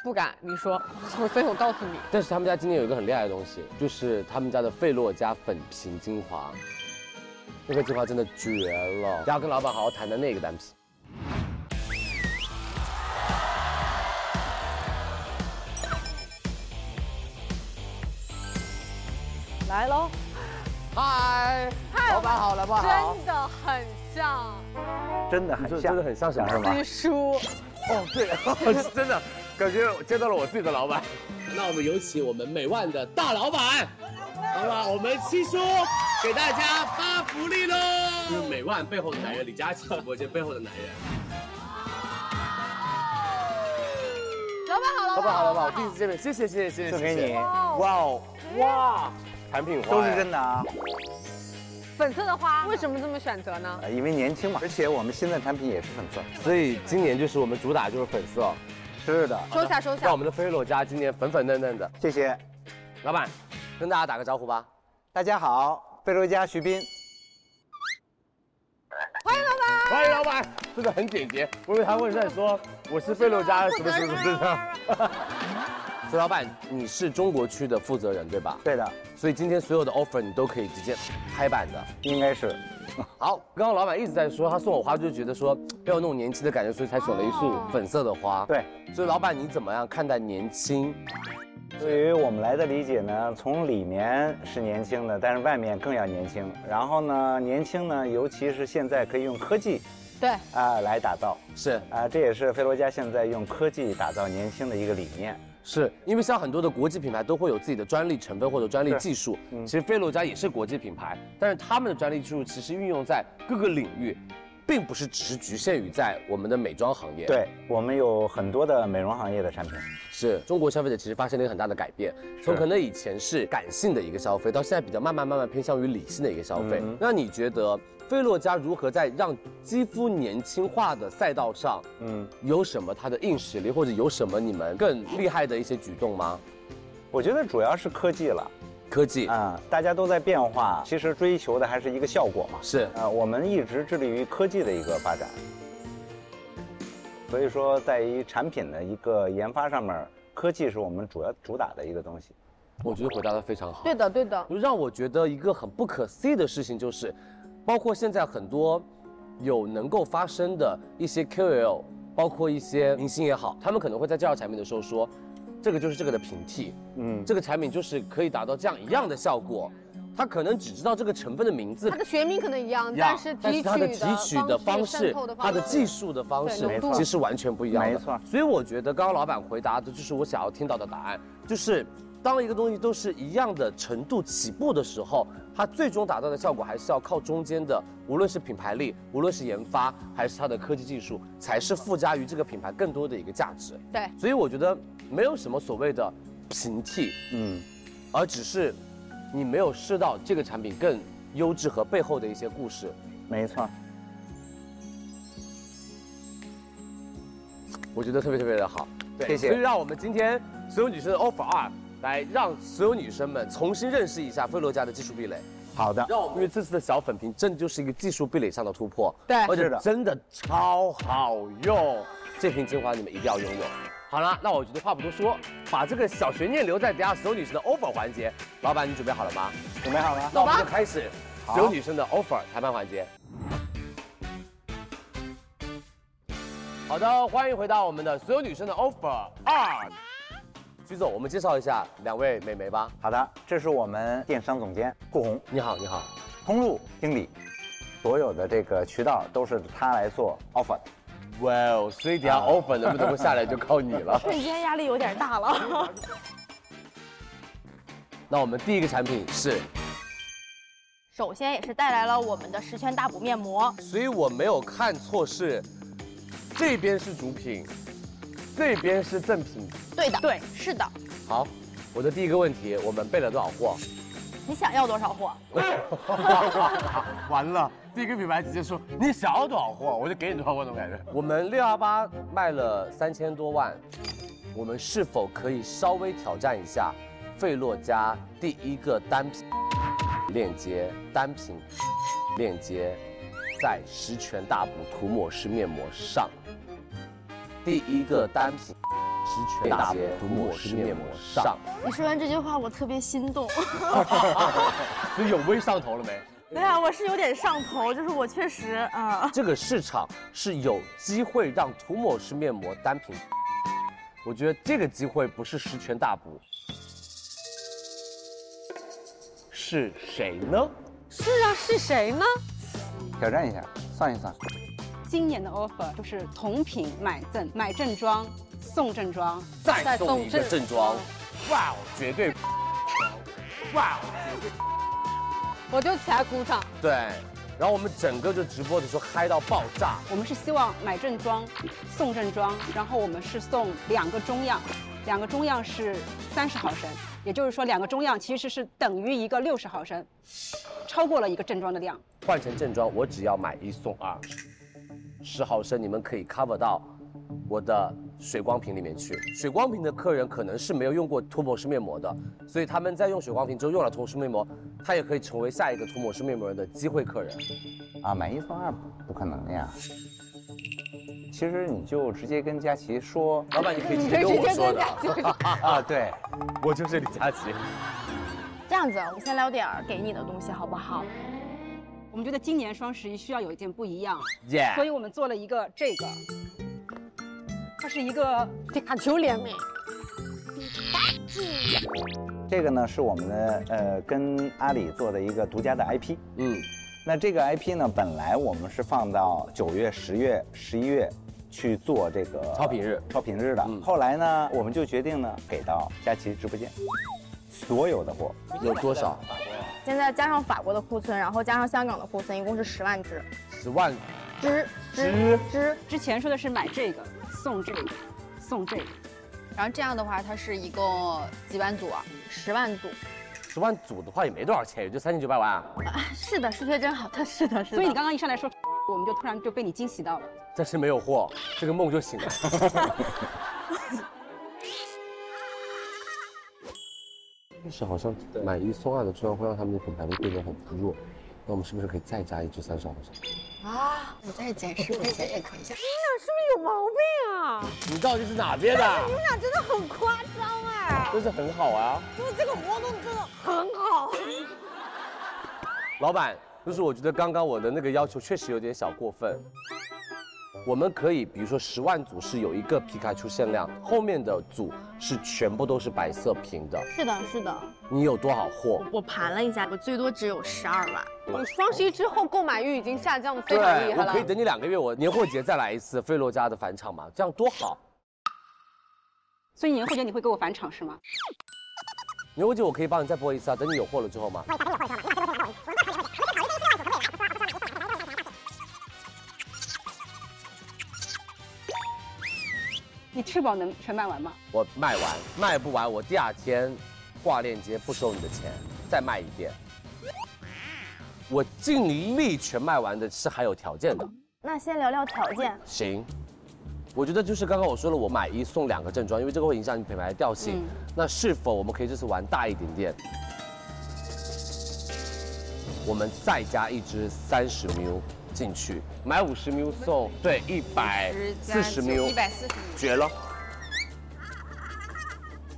S9: 不敢，你说，我所以我告诉你，
S1: 但是他们家今年有一个很厉害的东西，就是他们家的费洛嘉粉瓶精华，那个精华真的绝了，要跟老板好好谈谈那个单品。
S9: 来喽。
S1: 嗨，老板好，老板好。
S9: 真的很像
S1: 真的很像，啊真的很像什
S9: 师
S1: 么？
S9: 叔。
S1: 哦，对，是 真的，感觉见到了我自己的老板。那我们有请我们美万的大老板，好吧，我们七叔给大家发福利喽！就是美万背后的男人，李佳琦直播间背后的男人。
S9: 老板好，
S1: 老板好，老板，我第一次见面，谢谢，谢谢，谢谢，
S14: 送给你
S1: 谢谢
S14: 哇哦，
S1: 哇，产品
S14: 都是真的啊，
S9: 粉色的花为什么这么选择呢？
S1: 哎
S14: 呃因为年轻嘛，而且我们新的产品也是粉色。
S1: 所以今年就是我们主打就是粉色，
S14: 是的
S9: 收下收下
S1: 让我们的菲洛嘉今年粉粉嫩嫩的，
S14: 谢谢。
S1: 老板，跟大家打个招呼吧。
S14: 大家好，贝洛嘉徐斌。
S1: 欢迎老板，欢迎老板，真的很简洁。我以为他会在说我是贝洛嘉什么什么什么的。所以老板，你啊 是中国区的负责人对吧？
S14: 对的。
S1: 所以今天所有的 offer 你都可以直接拍板的，
S14: 应该是。
S1: 好，刚刚老板一直在说他送我花，就觉得说要有那种年轻的感觉，所以才选了一束粉色的花。
S14: 对，
S1: 所以老板你怎么样看待年轻？
S14: 对于我们来的理解呢，从里面是年轻的，但是外面更要年轻。然后呢，年轻呢，尤其是现在可以用科技
S9: 对，
S14: 啊、来打造，
S1: 是
S14: 啊、这也是菲洛嘉现在用科技打造年轻的一个理念。
S1: 是因为像很多的国际品牌都会有自己的专利成分或者专利技术，
S14: 嗯
S1: 其实菲洛嘉也是国际品牌，但是他们的专利技术其实运用在各个领域，并不是只是局限于在我们的美妆行业。
S14: 对，我们有很多的美容行业的产品。
S1: 是中国消费者其实发生了一个很大的改变，从可能以前是感性的一个消费，到现在比较慢慢慢慢偏向于理性的一个消费。
S14: 嗯
S1: 那你觉得菲洛嘉如何在让肌肤年轻化的赛道上，
S14: 嗯，
S1: 有什么它的硬实力，或者有什么你们更厉害的一些举动吗？
S14: 我觉得主要是科技了。
S1: 科技
S14: 啊、大家都在变化，其实追求的还是一个效果嘛。
S1: 是
S14: 啊、我们一直致力于科技的一个发展，所以说在于产品的一个研发上面，科技是我们主要主打的一个东西。
S1: 我觉得回答的非常好。
S9: 对的对的，
S1: 就让我觉得一个很不可思议的事情就是，包括现在很多有能够发声的一些 KOL，包括一些明星也好，他们可能会在介绍产品的时候说，这个就是这个的平替，
S14: 嗯，
S1: 这个产品就是可以达到这样一样的效果。他可能只知道这个成分的名字
S9: 它的学名可能一样，
S1: 一样，
S9: 但是
S1: 但
S9: 提
S1: 是它的
S9: 取
S1: 提取的方式
S9: 渗透的、方
S1: 它
S9: 式
S1: 的技术的方式
S9: 对浓，度
S1: 其实完全不一样的。
S14: 没错。
S1: 所以我觉得刚刚老板回答的就是我想要听到的答案，就是当一个东西都是一样的程度起步的时候，它最终达到的效果还是要靠中间的，无论是品牌力，无论是研发，还是它的科技技术，才是附加于这个品牌更多的一个价值。
S5: 哎
S9: 对，
S1: 所以我觉得没有什么所谓的平替，
S14: 嗯，
S1: 而只是你没有试到这个产品更优质和背后的一些故事。
S14: 没错。
S1: 我觉得特别特别的好，对
S14: 谢谢
S1: 所以让我们今天所有女生的 offer 二，来让所有女生们重新认识一下菲洛嘉的技术壁垒。
S14: 好的，
S1: 让我们因为这次的小粉瓶真的就是一个技术壁垒上的突破，
S9: 对
S1: 而且
S9: 是的
S1: 真的超好用，这瓶精华你们一定要拥有。好了，那我觉得话不多说，把这个小悬念留在等下所有女生的 offer 环节。老板，你准备好了吗？
S14: 准备好了
S1: 那我们就开始
S14: 好
S1: 所有女生的 offer 谈判环节。好的，欢迎回到我们的所有女生的 offer 二。徐总，我们介绍一下两位美眉吧。
S14: 好的，这是我们电商总监顾红，
S1: 你好，你好，
S14: 通路经理，所有的这个渠道都是他来做啊 offer。
S1: 哇哦，所以底下 offer 能不能够下来就靠
S14: 哦
S1: 你了
S8: 瞬间压力有点大了。
S1: 那我们第一个产品是，
S15: 首先也是带来了我们的十全大补面膜，
S1: 所以我没有看错是，这边是主品，这边是赠品。
S15: 对的，对，是的。
S1: 好，我的第一个问题，我们备了多少货？
S15: 你想要多少货？
S1: 完了，第一个品牌直接说你想要多少货，我就给你多少货，那种感觉。 我们六幺八卖了三千多万，我们是否可以稍微挑战一下费洛嘉第一个单品链接？单品链接在十全大补涂抹式面膜上，第一个单品十全大补涂抹式面膜上，
S16: 你说完这句话，我特别心 动。
S1: 所以有微上头了没？
S16: 对啊，我是有点上头，就是我确实啊，
S1: 这个市场是有机会让涂抹式面膜单品，我觉得这个机会不是十全大补，是谁呢？
S17: 是啊，是谁呢？
S14: 挑战一下，算一算。
S17: 今年的 offer 就是同品买赠，买正装送正装，
S1: 再送一个正装，哇哦，绝对哇哦，
S11: 我就起来鼓掌。
S1: 对。然后我们整个就直播的时候嗨到爆炸，
S17: 我们是希望买正装送正装，然后我们是送两个中样，两个中样是三十毫升，也就是说两个中样其实是等于一个六十毫升，超过了一个正装的量。
S1: 换成正装我只要买一送二，十毫升你们可以 cover 到我的水光瓶里面去。水光瓶的客人可能是没有用过涂抹式面膜的，所以他们在用水光瓶之后用了涂抹式面膜，他也可以成为下一个涂抹式面膜的机会客人。
S14: 啊，买一送二不可能呀。其实你就直接跟佳琪说，
S1: 老板你可以直接跟我说的。
S14: 啊，对，
S1: 我就是李佳琦。
S16: 这样子，我们先聊点儿给你的东西，好不好？
S17: 我们觉得今年双十一需要有一点不一样
S1: Yeah
S17: 所以我们做了一个这个，它是一个卡丘联美，
S14: 这个呢是我们的呃跟阿里做的一个独家的 IP。
S1: 嗯，
S14: 那这个 IP 呢，本来我们是放到九月、十月、十一月去做这个
S1: 超品日、嗯
S14: 超品日的。后来呢，我们就决定呢，给到佳琦直播间所有的货
S1: 有多少？
S16: 现在加上法国的库存，然后加上香港的库存，一共是十万只。
S1: 十万
S16: 只
S1: 只
S16: 只，
S17: 之前说的是买这个送这个送这个，
S18: 然后这样的话，它是一共几万组啊？十万组。
S1: 十万组的话也没多少钱，也就三千九百万啊。
S16: 是的，数学真好， 它是的，是的。
S17: 所以你刚刚一上来说，我们就突然就被你惊喜到了。
S1: 但是没有货，这个梦就 醒了。就是好像买一送二的这样会让他们的品牌力变得很弱，那我们是不是可以再加一支三十毫升？
S18: 啊，我再减十块钱也可以。
S15: 你俩是不是有毛病啊？
S1: 你到底是哪边的？
S15: 你们俩真的很夸张哎！
S1: 但是很好啊，
S15: 就是这个活动真的很好。
S1: 老板，就是我觉得刚刚我的那个要求确实有点小过分。我们可以，比如说十万组是有一个皮卡丘限量，后面的组是全部都是白色瓶的。
S16: 是的，是的。
S1: 你有多少货？
S16: 我盘了一下，我最多只有十二万。
S9: 你双十一之后购买欲已经下降的非
S1: 对
S9: 常厉，害
S1: 我
S9: 了
S1: 可以。等你两个月，我年货节再来一次菲洛嘉的返场嘛，这样多好。
S17: 所以年后节你会给我返场是吗？
S1: 牛姐，我可以帮你再播一次啊，等你有货了之后嘛。
S17: 你吃饱能全卖完吗？
S1: 我卖完，卖不完，我第二天挂链接不收你的钱，再卖一遍。我尽力全卖完的是还有条件的，
S16: 那先聊聊条件。
S1: 行。我觉得就是刚刚我说了，我买一送两个正装，因为这个会影响你品牌的调性。
S16: 嗯
S1: 那是否我们可以这次玩大一点点？我们再加一支三十 ml 进去，买五十 ml 送对一百四十 ml，
S18: 四十。
S1: 绝了！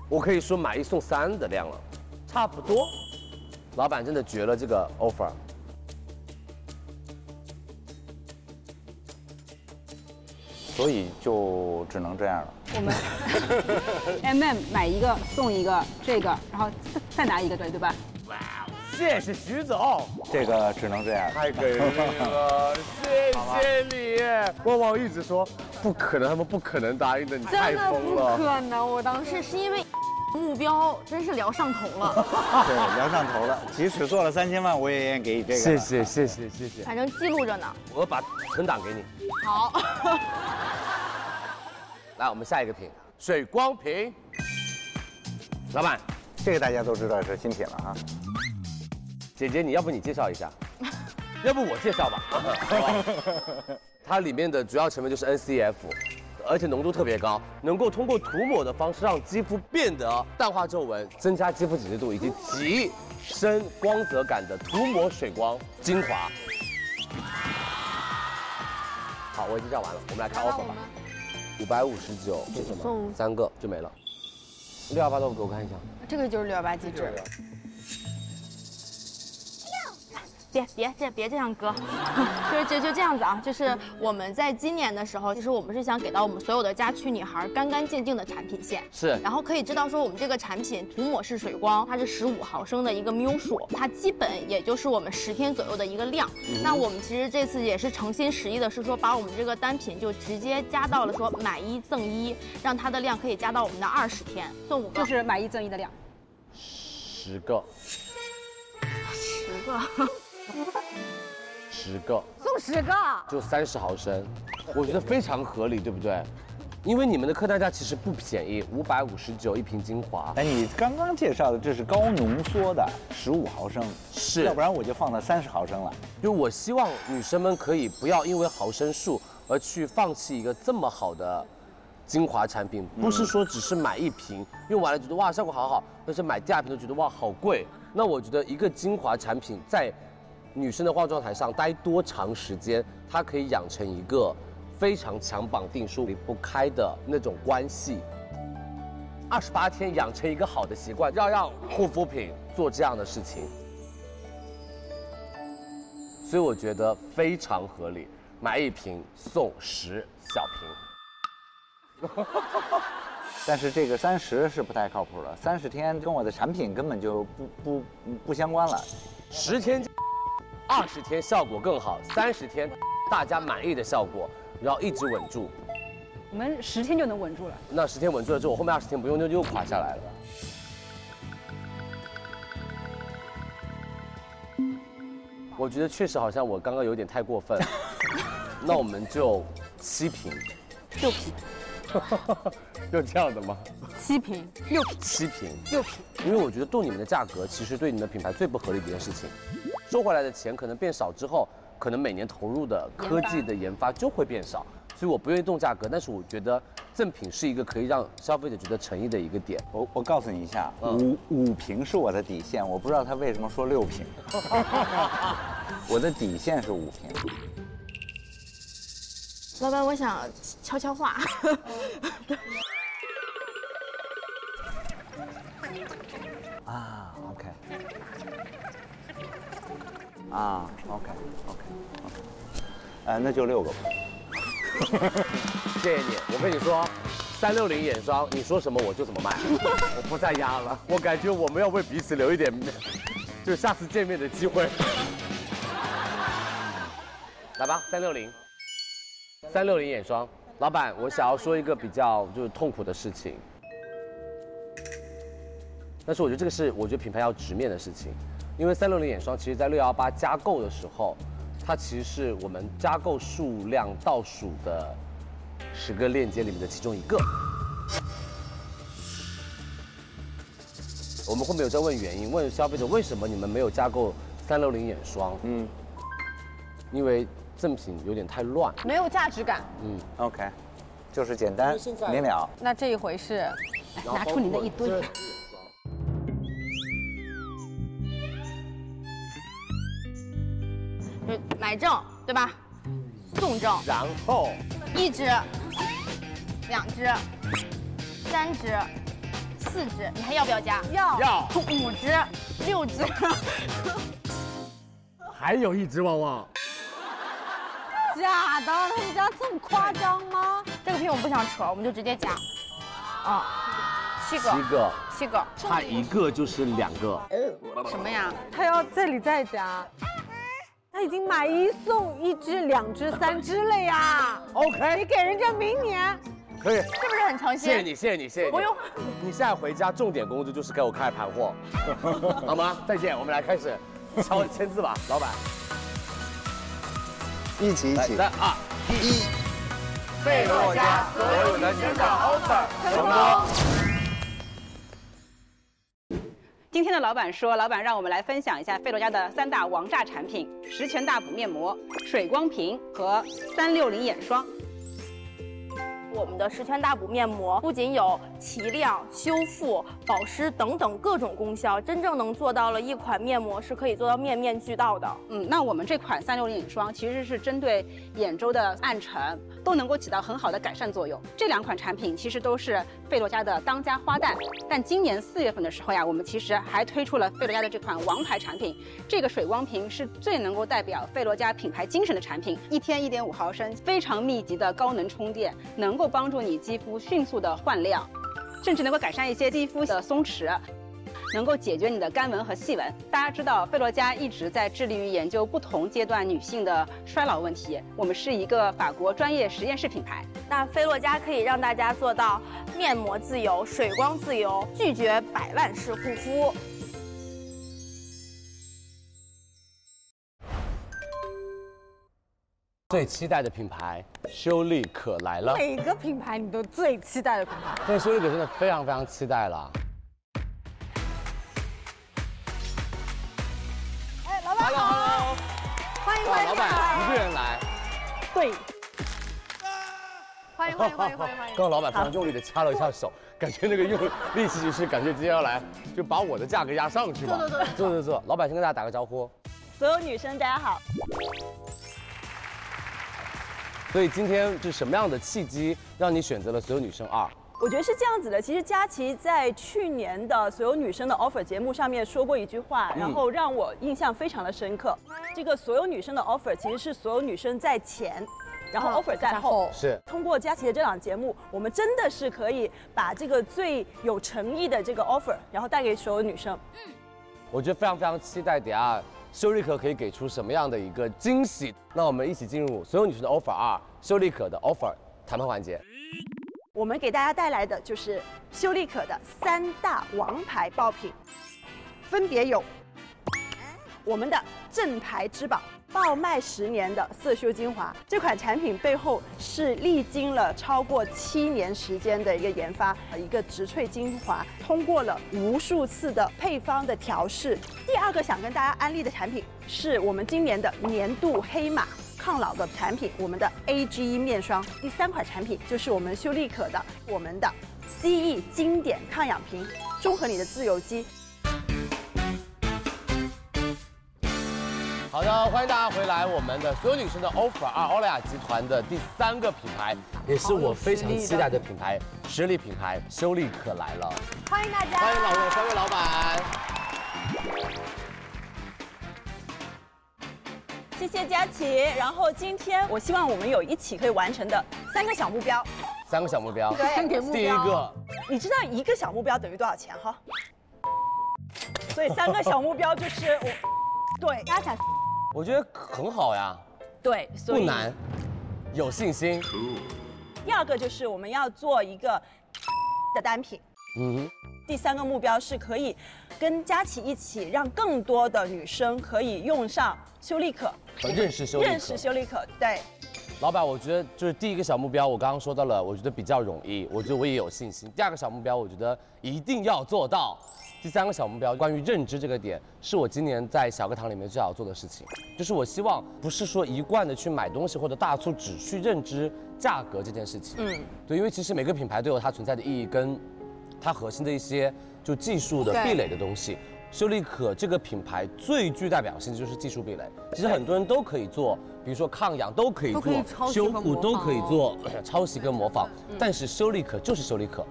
S1: 我可以说买一送三的量了，差不多。老板真的绝了这个 offer。
S14: 所以就只能这样了。
S17: 我们 MM 买一个送一个，这个，然后再再拿一个，对对吧？
S19: 谢谢徐总，
S14: 这个只能这样，
S19: 太给力了，谢谢你。旺旺一直说不可能，他们不可能答应的，你太
S15: 真的
S19: 疯
S15: 不
S19: 了。
S15: 可能，我当时是因为目标真是聊上头了，
S14: 对，聊上头了。即使做了三千万，我也愿意给你这个。
S1: 谢谢谢谢谢谢，
S15: 反正记录着呢。
S1: 我把存档给你。
S15: 好，
S1: 来，我们下一个品，水光瓶。老板，
S14: 这个大家都知道是新品了啊。
S1: 姐姐，你要不你介绍 一下，要不我介绍吧。好吧它里面的主要成分就是 NCF，而且浓度特别高，能够通过涂抹的方式让肌肤变得淡化皱纹，增加肌肤紧致度以及提升光泽感的涂抹水光精华。好，我已经叫完了，我们来看 offer 吧。五百五十九，这什么？
S20: 送
S1: 三个就没了。六幺八豆腐给我看一下。
S9: 这个就是六幺八机制。
S21: 别别这别这样哥，
S15: 就是就就这样子啊，就是我们在今年的时候，其实我们是想给到我们所有的家居女孩干干净净的产品线，
S1: 是
S15: 然后可以知道说我们这个产品涂抹式水光，它是十五毫升的一个 mu 数，它基本也就是我们十天左右的一个量。
S21: 嗯
S15: 那我们其实这次也是诚心实意的，是说把我们这个单品就直接加到了说买一赠一，让它的量可以加到我们的二十天，送五个，
S17: 就是买一赠一的量。
S1: 十个，
S15: 十个。
S1: 十个。
S17: 送十个，
S1: 就三十毫升，我觉得非常合理，对不对？因为你们的客单价其实不便宜，五百五十九一瓶精华。
S14: 哎，你刚刚介绍的这是高浓缩的，十五毫升，
S1: 是
S14: 要不然我就放到三十毫升了。
S1: 就我希望女生们可以不要因为毫升数而去放弃一个这么好的精华产品，不是说只是买一瓶，用完了觉得哇效果好好，但是买第二瓶都觉得哇好贵。那我觉得一个精华产品在女生的化妆台上待多长时间，它可以养成一个非常强绑定、说离不开的那种关系。二十八天养成一个好的习惯，要让护肤品做这样的事情。所以我觉得非常合理，买一瓶送十小瓶。
S14: 但是这个三十是不太靠谱了，三十天跟我的产品根本就不不不相关了。
S1: 十天，二十天效果更好，三十天大家满意的效果，然后一直稳住。
S17: 我们十天就能稳住了。
S1: 那十天稳住了之后，我后面二十天不用就又垮下来了。我觉得确实好像我刚刚有点太过 分，那我们就七瓶，
S17: 六瓶，
S1: 就这样的吗？
S17: 七瓶，六瓶，
S1: 七瓶。
S17: 六瓶。
S1: 因为我觉得动你们的价格，其实对你们的品牌最不合理的一件事情。收回来的钱可能变少之后，可能每年投入的科技的研发就会变少，所以我不愿意动价格。但是我觉得赠品是一个可以让消费者觉得诚意的一个点。
S14: 我我告诉你一下，五五瓶是我的底线，我不知道他为什么说六瓶，我的底线是五瓶。
S15: 老板，我想悄悄话。
S14: 啊，OK。啊，OK OK OK，呃，那就六个吧。
S1: 谢谢你，我跟你说，三六零眼霜，你说什么我就怎么卖， 我不再压了。我感觉我们要为彼此留一点， 就下次见面的机会。来吧，三六零，三六零眼霜，老板，我想要说一个比较就是痛苦的事情，但是我觉得这个是我觉得品牌要直面的事情，因为三六零眼霜其实在六幺八加购的时候，它其实是我们加购数量倒数的十个链接里面的其中一个。我们后面有在问原因，问消费者为什么你们没有加购三六零眼霜？嗯，因为赠品有点太乱。
S9: 没有价值感。
S1: 嗯
S14: ，OK，就是简单
S9: 现在
S14: 明了。
S9: 那这一回是
S1: 然后
S9: 拿出你的一堆
S1: 包括。
S15: 就是买证对吧？送证
S1: 然后
S15: 一支、两支、三支、四支，你还要不要加？要
S1: 要
S15: 五支、六支，
S1: 还有一只旺旺，
S9: 假的，他们家这么夸张吗？
S15: 这个品我不想扯，我们就直接加。
S18: 啊，七个，
S1: 七个
S18: 七个，
S1: 差一个就是两个。
S18: 什么呀？
S22: 他要这里再加，
S18: 嗯
S22: 他已经买一送一只、两只、三只了呀。
S23: OK，
S22: 你给人家明年
S23: 可以，
S22: 是不是很诚
S23: 谢谢你，谢谢你，谢谢你。
S22: 不用，
S23: 你现在回家重点工作就是给我开盘 货，好吗？再见，我们来开始，敲签字 吧，老板。
S10: 一起一起，
S23: 三二一，
S10: 贝洛家所有的
S17: 宣传 offer 成功。今天的老板说，老板让我们来分享一下费洛嘉的三大王炸产品：十全大补面膜、水光瓶和三六零眼霜。
S15: 我们的十全大补面膜不仅有提亮、修复、保湿等等各种功效，真正能做到了一款面膜是可以做到面面俱到的。
S17: 嗯，那我们这款三六零眼霜其实是针对眼周的暗沉，都能够起到很好的改善作用。这两款产品其实都是费洛嘉的当家花旦，但今年四月份的时候呀，我们其实还推出了费洛嘉的这款王牌产品，这个水光瓶是最能够代表费洛嘉品牌精神的产品，一天一点五毫升，非常密集的高能充电，能够帮助你肌肤迅速的焕亮，甚至能够改善一些肌肤的松弛。能够解决你的干纹和细纹。大家知道，费洛嘉一直在致力于研究不同阶段女性的衰老问题。我们是一个法国专业实验室品牌。
S15: 那菲洛嘉可以让大家做到面膜自由、水光自由，拒绝百万式护肤。
S1: 最期待的品牌，修丽可来了。
S22: 每个品牌你都最期待的品牌。
S1: 对，修丽可真的非常非常期待了。
S18: 哎，老板好，欢迎
S1: 哇，
S18: 欢迎
S1: 老板一个人来，
S18: 对，
S1: 欢
S18: 迎欢迎欢迎欢迎欢 迎
S1: 刚刚老板非常用力的掐了一下手，感觉那个用力气就是感觉接下来就把我的价格压上去
S18: 坐
S1: 嘛。
S18: 坐坐
S1: 坐坐坐，老板先跟大家打个招呼。
S18: 所有女生大家好。
S1: 所以今天是什么样的契机让你选择了所有女生啊二？
S24: 我觉得是这样子的，其实佳琪在去年的所有女生的 offer 节目上面说过一句话，
S1: 嗯
S24: 然后让我印象非常的深刻。这个所有女生的 offer 其实是所有女生在前。然后 offer 嗯在后，
S1: 是
S24: 通过佳琪的这档节目，我们真的是可以把这个最有诚意的这个 offer，然后带给所有女生。
S1: 我觉得非常非常期待等下修丽可可以给出什么样的一个惊喜。那我们一起进入所有女生的 offer 二，修丽可的 offer 谈判环节。
S25: 我们给大家带来的就是修丽可的三大王牌爆品，分别有我们的正牌之宝爆卖十年的色修精华。这款产品背后是历经了超过七年时间的一个研发，一个植萃精华，通过了无数次的配方的调试。第二个想跟大家安利的产品是我们今年的年度黑马。抗老的产品，我们的 A G E 面霜。第三款产品就是我们修丽可的我们的 C E 经典抗氧瓶，中和你的自由基。
S1: 好的，欢迎大家回来。我们的所有女生的 offer 二欧莱雅集团的第三个品牌，也是我非常期待的品牌，实力品牌修丽可来了。
S18: 欢迎大家，
S1: 欢迎老我三位老板。
S24: 谢谢佳琪。然后今天我希望我们有一起可以完成的三个小目标。
S1: 三个小目标，第一个，，
S25: 你知道一个小目标等于多少钱哈？
S24: 所以三个小目标就是我，对，大家想，
S1: 我觉得很好呀，
S24: 对，所
S1: 不
S24: 以
S1: 难，有信心。
S24: 第二个就是我们要做一个的单品。
S1: 嗯，
S24: 第三个目标是可以跟佳琪一起，让更多的女生可以用上修丽可，
S1: 哦认识修丽可
S24: 认识修丽可，对。
S1: 老板，我觉得就是第一个小目标，我刚刚说到了，我觉得比较容易，我觉得我也有信心。第二个小目标，我觉得一定要做到。第三个小目标，关于认知这个点，是我今年在小课堂里面最想要做的事情，就是我希望不是说一贯的去买东西或者大促只去认知价格这件事情。嗯，对，因为其实每个品牌都有它存在的意义跟它核心的一些就技术的
S26: 对
S1: 壁垒的东西。修丽可这个品牌最具代表性就是技术壁垒，其实很多人都可以做，比如说抗氧都可以
S26: 都可以抄
S1: 做，
S26: 袭
S1: 修
S26: 和
S1: 复
S26: 模
S1: 都
S26: 仿
S1: 可以
S26: 哦嗯
S1: 做，哎抄袭跟模仿。但是修丽可就是修丽可，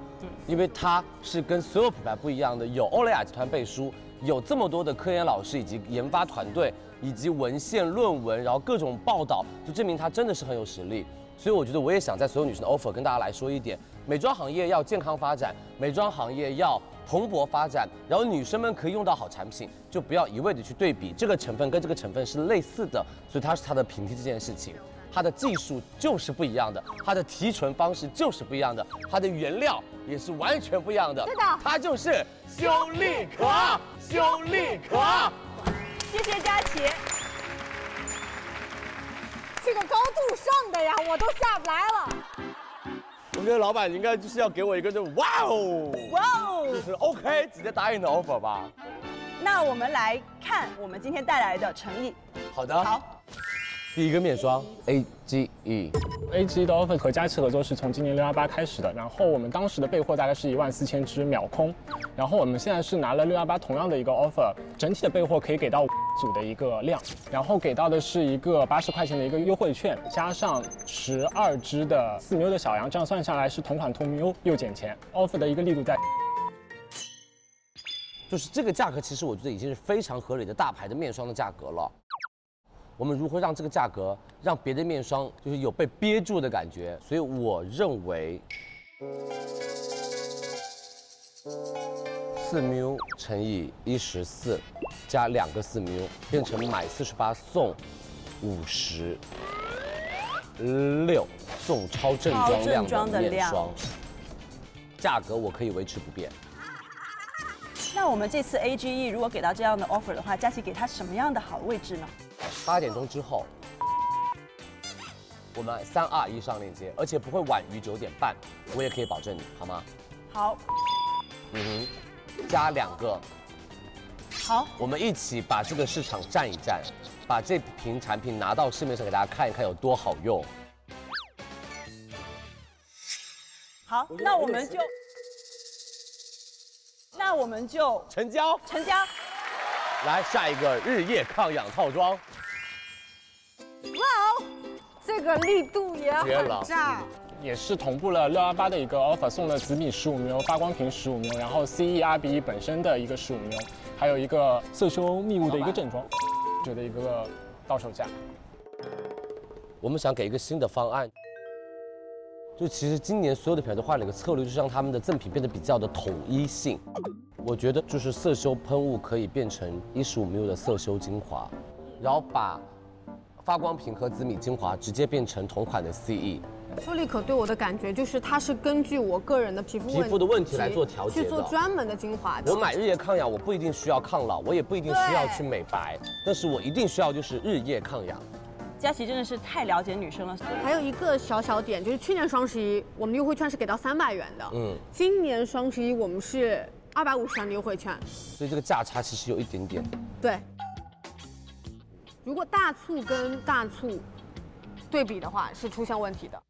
S1: 因为它是跟所有品牌不一样的，有欧莱雅集团背书，有这么多的科研老师以及研发团队，以及文献论文，然后各种报道，就证明它真的是很有实力。所以我觉得我也想在所有女生的 offer 跟大家来说一点，美妆行业要健康发展，美妆行业要蓬勃发展，然后女生们可以用到好产品，就不要一味的去对比这个成分跟这个成分是类似的，所以它是它的平替这件事情。它的技术就是不一样的，它的提纯方式就是不一样的，它的原料也是完全不一样的。
S27: 是的
S1: 它就是修丽可，修丽可。
S24: 谢谢佳琪。
S28: 这个高度上的呀，我都下不来了。
S1: 我觉得老板应该就是要给我一个这种哇哦，
S24: 哇哦
S1: 就是 OK，直接答应你的 offer 吧。
S24: 那我们来看我们今天带来的诚意。
S1: 好的。好。第一个面霜 A G E。
S10: A G 的 offer 和佳琦合作是从今年六幺八开始的，然后我们当时的备货大概是一万四千只秒空，然后我们现在是拿了六幺八同样的一个 offer，整体的备货可以给到组的一个量，然后给到的是一个八十块钱的一个优惠券，加上十二只的四缪的小羊，这样算下来是同款同缪又减钱，offer 的一个力度在。
S1: 就是这个价格，其实我觉得已经是非常合理的大牌的面霜的价格了。我们如何让这个价格让别的面霜就是有被憋住的感觉？所以我认为，四缪乘以一十四，加两个四缪，变成买四十八送五十六，送超正装
S24: 超正
S1: 量
S24: 装
S1: 的
S24: 的
S1: 面
S24: 量
S1: 霜，价格我可以维持不变。
S24: 那我们这次 A G E 如果给到这样的 offer 的话，佳琪给他什么样的好位置呢？
S1: 八点钟之后，我们三二一上链接，而且不会晚于九点半，我也可以保证你，好吗？
S24: 好，
S1: 嗯哼，加两个，
S24: 好，
S1: 我们一起把这个市场站一站，把这瓶产品拿到市面上给大家看一看有多好用。
S24: 好，那我们就，那我们就
S1: 成交，
S24: 成交。
S1: 来，下一个日夜抗氧套装，
S28: 哇哦，这个力度也
S10: 绝
S28: 很
S10: 了
S28: 炸。
S10: 也是同步了六幺八的一个 offer，送了紫米十五 ml、发光瓶十五 ml，然后 E CERB 本身的一个十五 ml，还有一个色修密雾的一个正装，觉得一个到手价。
S1: 我们想给一个新的方案。就其实今年所有的品牌都换了一个策略，就是让他们的赠品变得比较的统一性。我觉得就是色修喷雾可以变成一十五 ml 的色修精华，然后把发光瓶和紫米精华直接变成同款的 E CE。
S9: 舒丽可对我的感觉就是，它是根据我个人的皮肤
S1: 皮肤的问题来做调节的
S9: 去做专门的精华的。
S1: 我买日夜抗氧，我不一定需要抗老，我也不一定需要去美白，但是我一定需要就是日夜抗氧。
S24: 佳琪真的是太了解女生了。
S9: 还有一个小小点，就是去年双十一我们的优惠券是给到三百元的，
S1: 嗯，
S9: 今年双十一我们是二百五十元的优惠券，
S1: 所以这个价差其实有一点点。
S9: 对。如果大促跟大促对比的话，是出现问题的。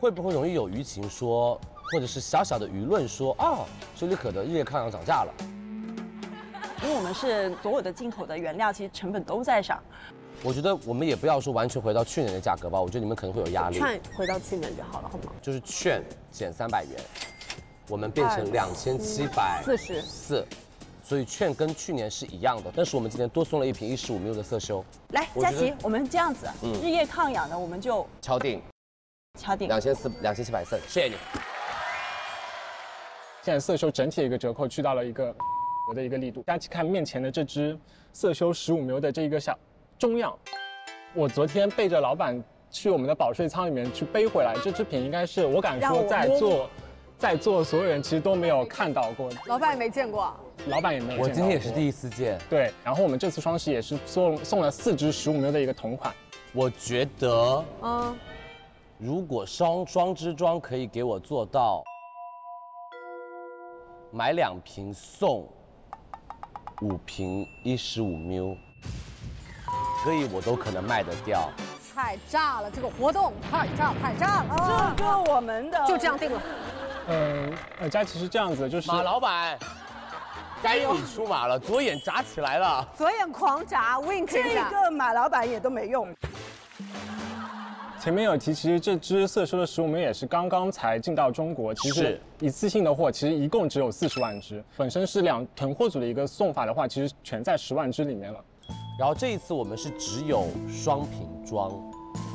S1: 会不会容易有舆情说，或者是小小的舆论说，哦，修丽可的日夜抗氧涨价了？
S24: 因为我们是所有的进口的原料，其实成本都在上。
S1: 我觉得我们也不要说完全回到去年的价格吧，我觉得你们可能会有压力。
S9: 券回到去年就好了，好吗？
S1: 就是券减三百元，我们变成两千七百
S9: 40
S1: 四，所以券跟去年是一样的，但是我们今年多送了一瓶一十五 ml 的色修。
S24: 来，
S1: 我
S24: 佳
S1: 觉得
S24: 琪，我们这样子，
S1: 嗯
S24: 日夜抗氧的，我们就
S1: 敲定
S24: 敲定
S1: 两千四两千七百四，谢谢你。
S10: 现在色修整体的一个折扣去到了一个我的一个力度。大家看面前的这支色修十五 ml 的这个小中样，我昨天背着老板去我们的保税仓里面去背回来，这支瓶应该是我敢
S9: 让我
S10: 说在
S9: 摸
S10: 座在座所有人其实都没有看到过的，
S9: 老板也没见过，
S10: 老板也没有见到
S1: 我今天也是
S10: 过
S1: 第一次见。
S10: 对，然后我们这次双十也是送送了四支十五 ml 的一个同款。
S1: 我觉得
S9: 嗯，
S1: 如果双双之装可以给我做到买两瓶送五瓶一十五 ml，可以我都可能卖得掉。
S9: 太炸了，这个活动太炸太炸
S24: 了，这个我们的
S9: 就这样定了。
S10: 嗯，呃，佳琪是这样子，就是
S1: 马老板，该你出马了，左眼眨起来了。
S24: 左眼狂眨，wink
S9: 一下
S24: 这个马老板也都没用。
S10: 前面有提，其实这支色修的食物我们也是刚刚才进到中国，其实
S1: 是
S10: 一次性的货其实一共只有四十万只，本身是两囤货组的一个送法的话，其实全在十万只里面了。
S1: 然后这一次我们是只有双瓶装，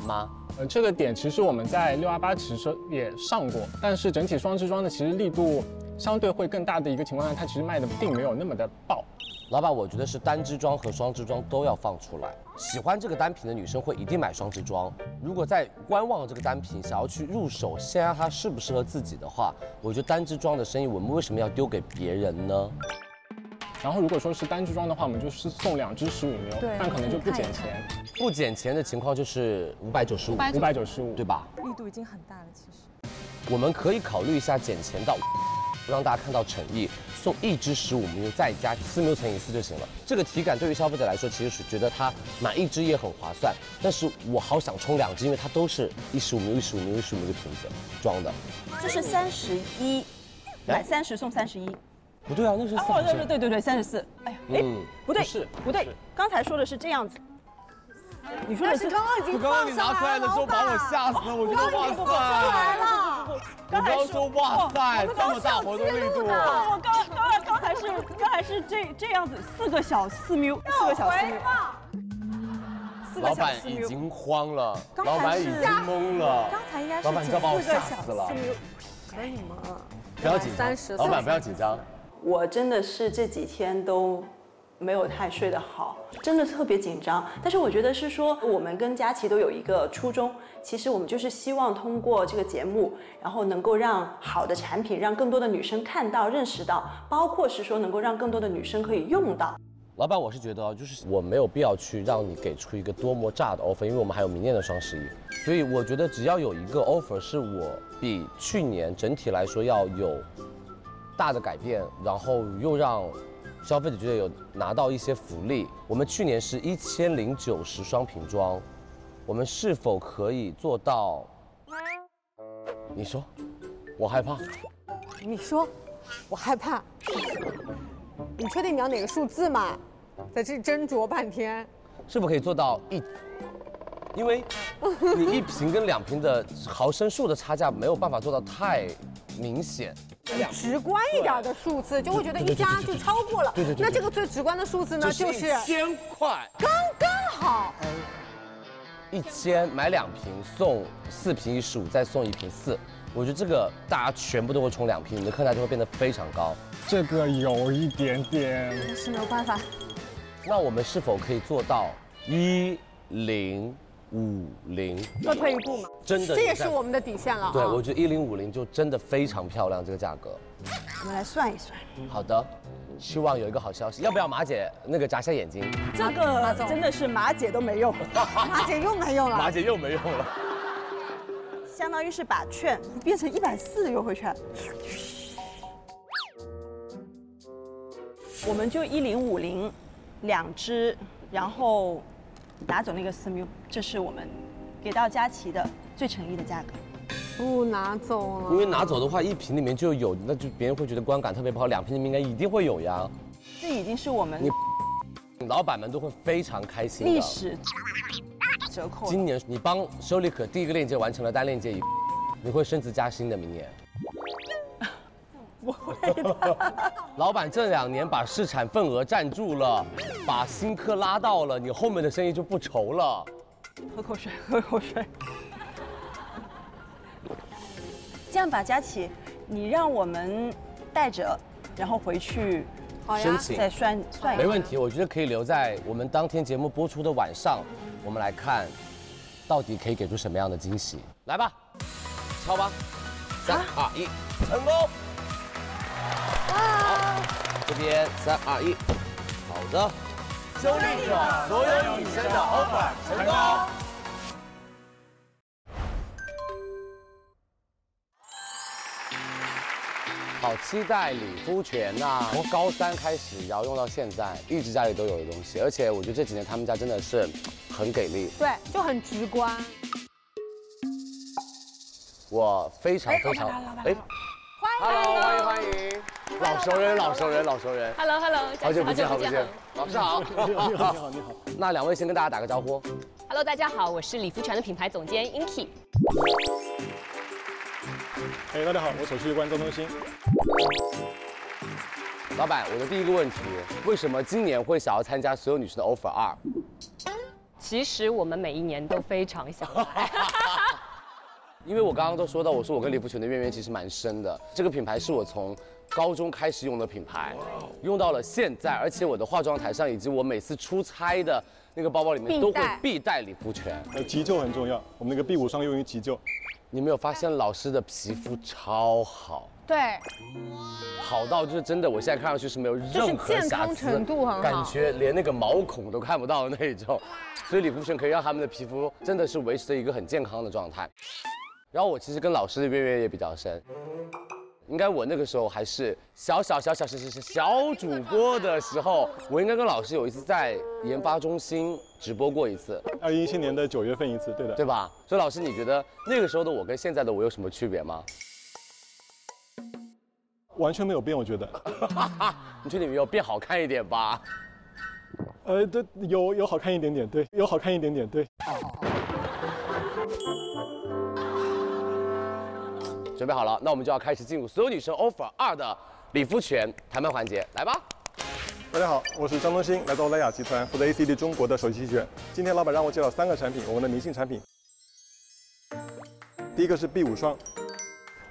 S1: 吗？
S5: 呃，这个点其实我们在六幺八其实也上过，但是整体双支装的其实力度相对会更大的一个情况下，它其实卖的并没有那么的爆。
S1: 老板，我觉得是单支装和双支装都要放出来。喜欢这个单品的女生会一定买双支装。如果在观望这个单品，想要去入手，先让它适不适合自己的话，我觉得单支装的生意我们为什么要丢给别人呢？
S5: 然后如果说是单支装的话，我们就是送两支十五牛
S1: 对，
S5: 但可能就不
S1: 你看
S5: 减
S1: 一
S5: 钱。
S1: 不减钱的情况就是五百九十五，
S2: 595
S5: 595
S1: 对吧？
S2: 力度已经很大了，其实。
S1: 我们可以考虑一下减钱到，让大家看到诚意，送一支十五 ml，再加四 ml 乘以四就行了。这个体感对于消费者来说，其实是觉得它买一支也很划算，但是我好想冲两支，因为它都是一十五 ml、一十五 ml、一十五 ml 的瓶子装的。
S24: 这是三十一，买三十送三十一。
S1: 不对啊，那是
S24: 哎哦，对对对对对，三十四。哎呀，哎，
S1: 嗯，
S24: 不对，不对，刚才说的是这样子。你说的是
S1: 但是刚刚已经刚刚你拿出来的时候把我吓死了我觉得哇塞
S24: 了。刚才
S1: 你刚刚说哇塞
S24: 哦我刚刚
S1: 这么大活动力
S24: 上记
S1: 度啊
S24: 录的我刚刚刚刚才是刚才是这这样子，四个小四缪，四个小四缪，四
S1: 老
S24: 个小
S1: 板
S24: 四
S1: 已
S24: 缪。
S1: 经慌了，
S24: 刚才
S1: 老板已
S24: 是
S1: 经懵了，
S24: 刚才应该是
S1: 老板你知道把我吓死了
S24: 几，
S2: 可以吗？
S1: 不要紧张，老板不要紧张。
S2: 我真的是这几天都没有太睡得好，真的特别紧张。但是我觉得是说，我们跟佳琪都有一个初衷，其实我们就是希望通过这个节目，然后能够让好的产品让更多的女生看到、认识到，包括是说能够让更多的女生可以用到。
S1: 老板，我是觉得啊，就是我没有必要去让你给出一个多么炸的 offer，因为我们还有明年的双十一，所以我觉得只要有一个 offer 是我比去年整体来说要有大的改变，然后又让消费者觉得有拿到一些福利。我们去年是一千零九十双瓶装，我们是否可以做到？你说，我害怕。
S22: 你说，我害怕。你确定你要哪个数字嘛？在这斟酌半天。
S1: 是不是可以做到一？因为你一瓶跟两瓶的毫升数的差价没有办法做到太明显。
S22: 直观一点的数字，就会觉得一加就超过了。
S1: 对对对对对
S22: 那这个最直观的数字呢，就
S1: 就是
S22: 是
S1: 1000块，
S22: 刚刚好。
S1: 一千买两瓶送四瓶一十五，再送一瓶四，我觉得这个大家全部都会冲两瓶，你的客单价就会变得非常高。
S5: 这个有一点点。
S22: 是没有办法。
S1: 那我们是否可以做到一零五零？
S22: 要退一步嘛？
S1: 真的
S22: 这也
S1: 有在
S22: 是我们的底线了啊。
S1: 对，我觉得一零五零就真的非常漂亮，这个价格。
S24: 我们来算一算，
S1: 好的，希望有一个好消息。要不要马姐那个眨下眼睛？
S24: 这个真的是马姐都没 用，马姐又没用啊
S1: 马姐又没用了。
S24: 相当于是把券变成一百四的优惠券。我们就一零五零两支，然后拿走那个四 mil，这是我们给到佳琪的最诚意的价格。
S22: 不哦拿走了。
S1: 因为拿走的话，一瓶里面就有，那就别人会觉得观感特别不好。两瓶里面应该一定会有呀，
S24: 这已经是我们
S1: 你 老板们都会非常开心的。
S24: 历史折扣了。
S1: 今年你帮修丽可第一个链接完成了单链接以 后，你会升职加薪的。明年，
S24: 不会的。
S1: 老板这两年把市场份额占住了，把新客拉到了，你后面的生意就不愁了。
S24: 喝口水，喝口水。这样吧，佳琪，你让我们带着，然后回去
S1: 好呀申请
S24: 再算算一
S1: 没
S24: 下。
S1: 问题，我觉得可以留在我们当天节目播出的晚上，我们来看，到底可以给出什么样的惊喜。来吧，敲吧，三二一，成功。好，这边三二一，好的，修丽可所有女生的 offer 成功。好期待理肤泉呐、啊从高三开始，然后用到现在，一直家里都有的东西。而且我觉得这几年他们家真的是很给力，
S22: 对，就很直观。
S1: 我非常非常哎，
S22: 欢迎欢迎
S1: 欢迎。哎老熟人，老熟人，老熟人。
S6: Hello Hello，
S1: 好久不见，好久不见，老师好。
S6: 你好你好你好
S1: 你好。那两位先跟大家打个招呼。
S6: Hello，大家好，我是理肤泉的品牌总监 Inky。
S1: 哎，大家好，我首席关周东兴。老板，我的第一个问题，为什么今年会想要参加所有女生的 offer 二？
S6: 其实我们每一年都非常想 来。
S1: 因为我刚刚都说到，我说我跟李富全的渊源其实蛮深的。这个品牌是我从高中开始用的品牌，用到了现在，而且我的化妆台上以及我每次出差的那个包包里面都会必带李富全。
S3: 呃，急救很重要，我们那个 B 五霜用于急救。
S1: 你没有发现老师的皮肤超好，
S18: 对，
S1: 好到就是真的，我现在看上去是没有
S9: 就是
S1: 任何
S9: 健
S1: 瑕
S9: 康
S1: 疵，
S9: 程度很好
S1: 感觉连那个毛孔都看不到的那一种。所以李富全可以让他们的皮肤真的是维持着一个很健康的状态。然后我其实跟老师的渊源也比较深，应该我那个时候还是小小小小小小小小主播的时候，我应该跟老师有一次在研发中心直播过一次，
S3: 二零一七年的九月份一次，对的。
S1: 对吧？所以老师，你觉得那个时候的我跟现在的我有什么区别吗？
S3: 完全没有变，我觉得。
S1: 你觉得你们要变好看一点吧？
S3: 呃，对，有有好看一点点，对，有好看一点点，对。
S1: 准备好了，那我们就要开始进入所有女生 offer 二的礼肤权谈判环节，来吧。
S3: 大家好，我是张东兴，来自欧莱雅集团，负责 ACD 中国的首席期权。今天老板让我介绍三个产品，我们的明星产品。第一个是 B 五霜，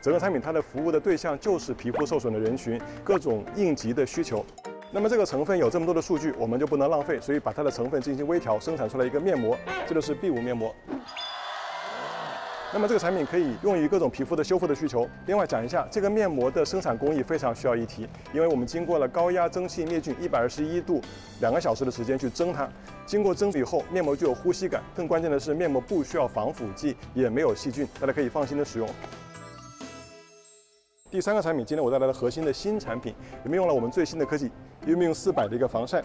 S3: 整个产品它的服务的对象就是皮肤受损的人群，各种应急的需求。那么这个成分有这么多的数据，我们就不能浪费，所以把它的成分进行微调，生产出来一个面膜，这就是 B 五面膜。那么这个产品可以用于各种皮肤的修复的需求。另外讲一下，这个面膜的生产工艺非常需要一提，因为我们经过了高压蒸汽灭菌一百二十一度两个小时的时间去蒸它，经过蒸以后，面膜具有呼吸感，更关键的是面膜不需要防腐剂，也没有细菌，大家可以放心的使用。第三个产品，今天我带来了核心的新产品，里面用了我们最新的科技 Immune 四百的一个防晒。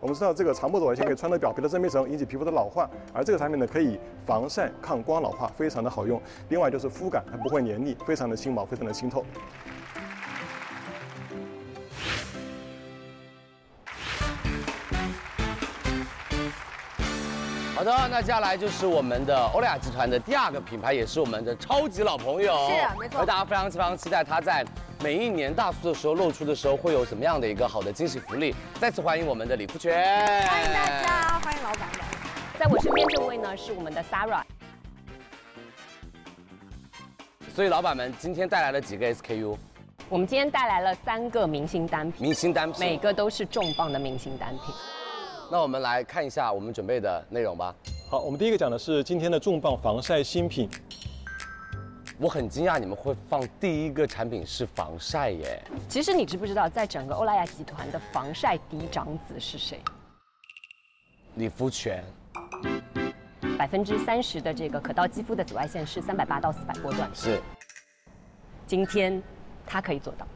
S3: 我们知道这个长波紫外线可以穿透表皮的真皮层，引起皮肤的老化，而这个产品呢可以防晒、抗光老化，非常的好用。另外就是肤感，它不会黏腻，非常的轻薄，非常的清透。
S1: 好的，那接下来就是我们的欧莱雅集团的第二个品牌，也是我们的超级老朋友。
S4: 是没错
S1: 而大家非常非常期待它在每一年大促的时候露出的时候，会有怎么样的一个好的惊喜福利。再次欢迎我们的李富全，欢迎大家。
S6: 欢迎老板们。在我身边这位呢是我们的 Sarah，
S1: 所以老板们今天带来了几个 SKU，
S6: 我们今天带来了三个明星单品，
S1: 明星单品
S6: 每个都是重磅的明星单品。
S1: 那我们来看一下我们准备的内容吧。
S3: 好，我们第一个讲的是今天的重磅防晒新品。
S1: 我很惊讶你们会放第一个产品是防晒耶，
S6: 其实你知不知道，在整个欧莱雅集团的防晒嫡长子是谁？
S1: 李肤泉。
S6: 百分之三十的这个可到肌肤的紫外线是三百八到四百波段，
S1: 是
S6: 今天它可以做到。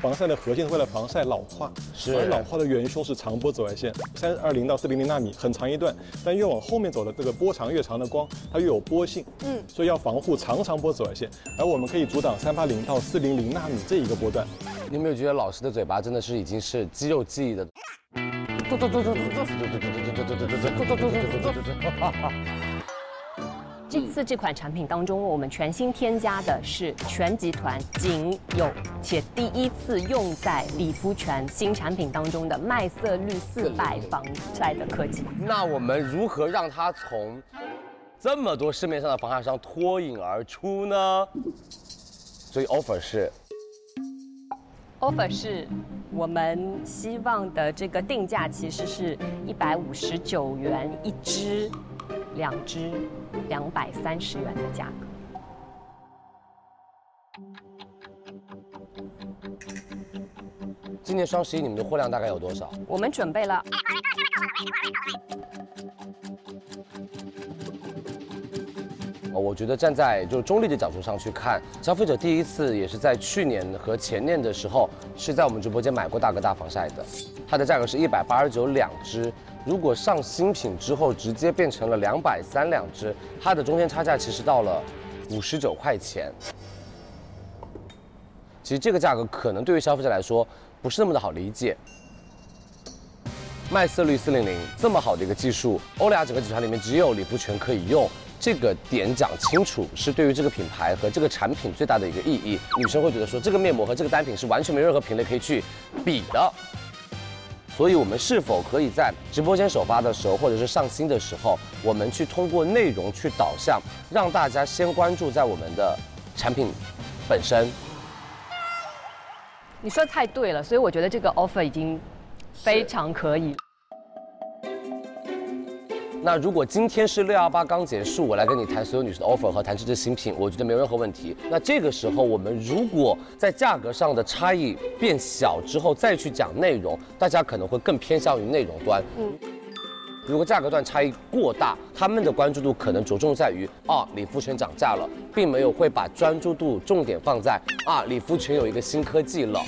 S3: 防晒的核心是为了防晒老化，
S1: 是
S3: 而老化的元凶是长波紫外线，三二零到四零零纳米很长一段，但越往后面走的这个波长越长的光，它越有波性，
S22: 嗯，
S3: 所以要防护长长波紫外线，而我们可以阻挡三八零到四零零纳米这一个波段。
S1: 你有没有觉得老师的嘴巴真的是已经是肌肉记忆的？ 嘟嘟嘟嘟嘟嘟嘟嘟嘟嘟嘟嘟嘟嘟嘟嘟。
S6: 这次这款产品当中，我们全新添加的是全集团仅有且第一次用在理肤泉新产品当中的麦色绿四百防晒的科技。
S1: 那我们如何让它从这么多市面上的防晒霜脱颖而出呢？所以 offer 是
S6: offer 是我们希望的这个定价其实是一百五十九元一支，两支两百三十元的价格。
S1: 今年双十一你们的货量大概有多少？
S6: 我们准备了
S1: 呃我觉得站在就中立的角度上去看，消费者第一次也是在去年和前年的时候，是在我们直播间买过大哥大防晒的，它的价格是一百八十九两支，如果上新品之后直接变成了两百三两支，它的中间差价其实到了五十九块钱。其实这个价格可能对于消费者来说不是那么的好理解。麦色绿四零零这么好的一个技术，欧莱雅整个集团里面只有理肤泉可以用，这个点讲清楚是对于这个品牌和这个产品最大的一个意义。女生会觉得说这个面膜和这个单品是完全没有任何品类可以去比的，所以我们是否可以在直播间首发的时候，或者是上新的时候，我们去通过内容去导向，让大家先关注在我们的产品本身。
S6: 你说得太对了，所以我觉得这个 offer 已经非常可以。
S1: 那如果今天是六幺八刚结束，我来跟你谈所有女士的 offer 和谈这支新品，我觉得没有任何问题。那这个时候，我们如果在价格上的差异变小之后再去讲内容，大家可能会更偏向于内容端。
S4: 嗯，
S1: 如果价格段差异过大，他们的关注度可能着重在于啊，理肤泉涨价了，并没有会把专注度重点放在啊，理肤泉有一个新科技了。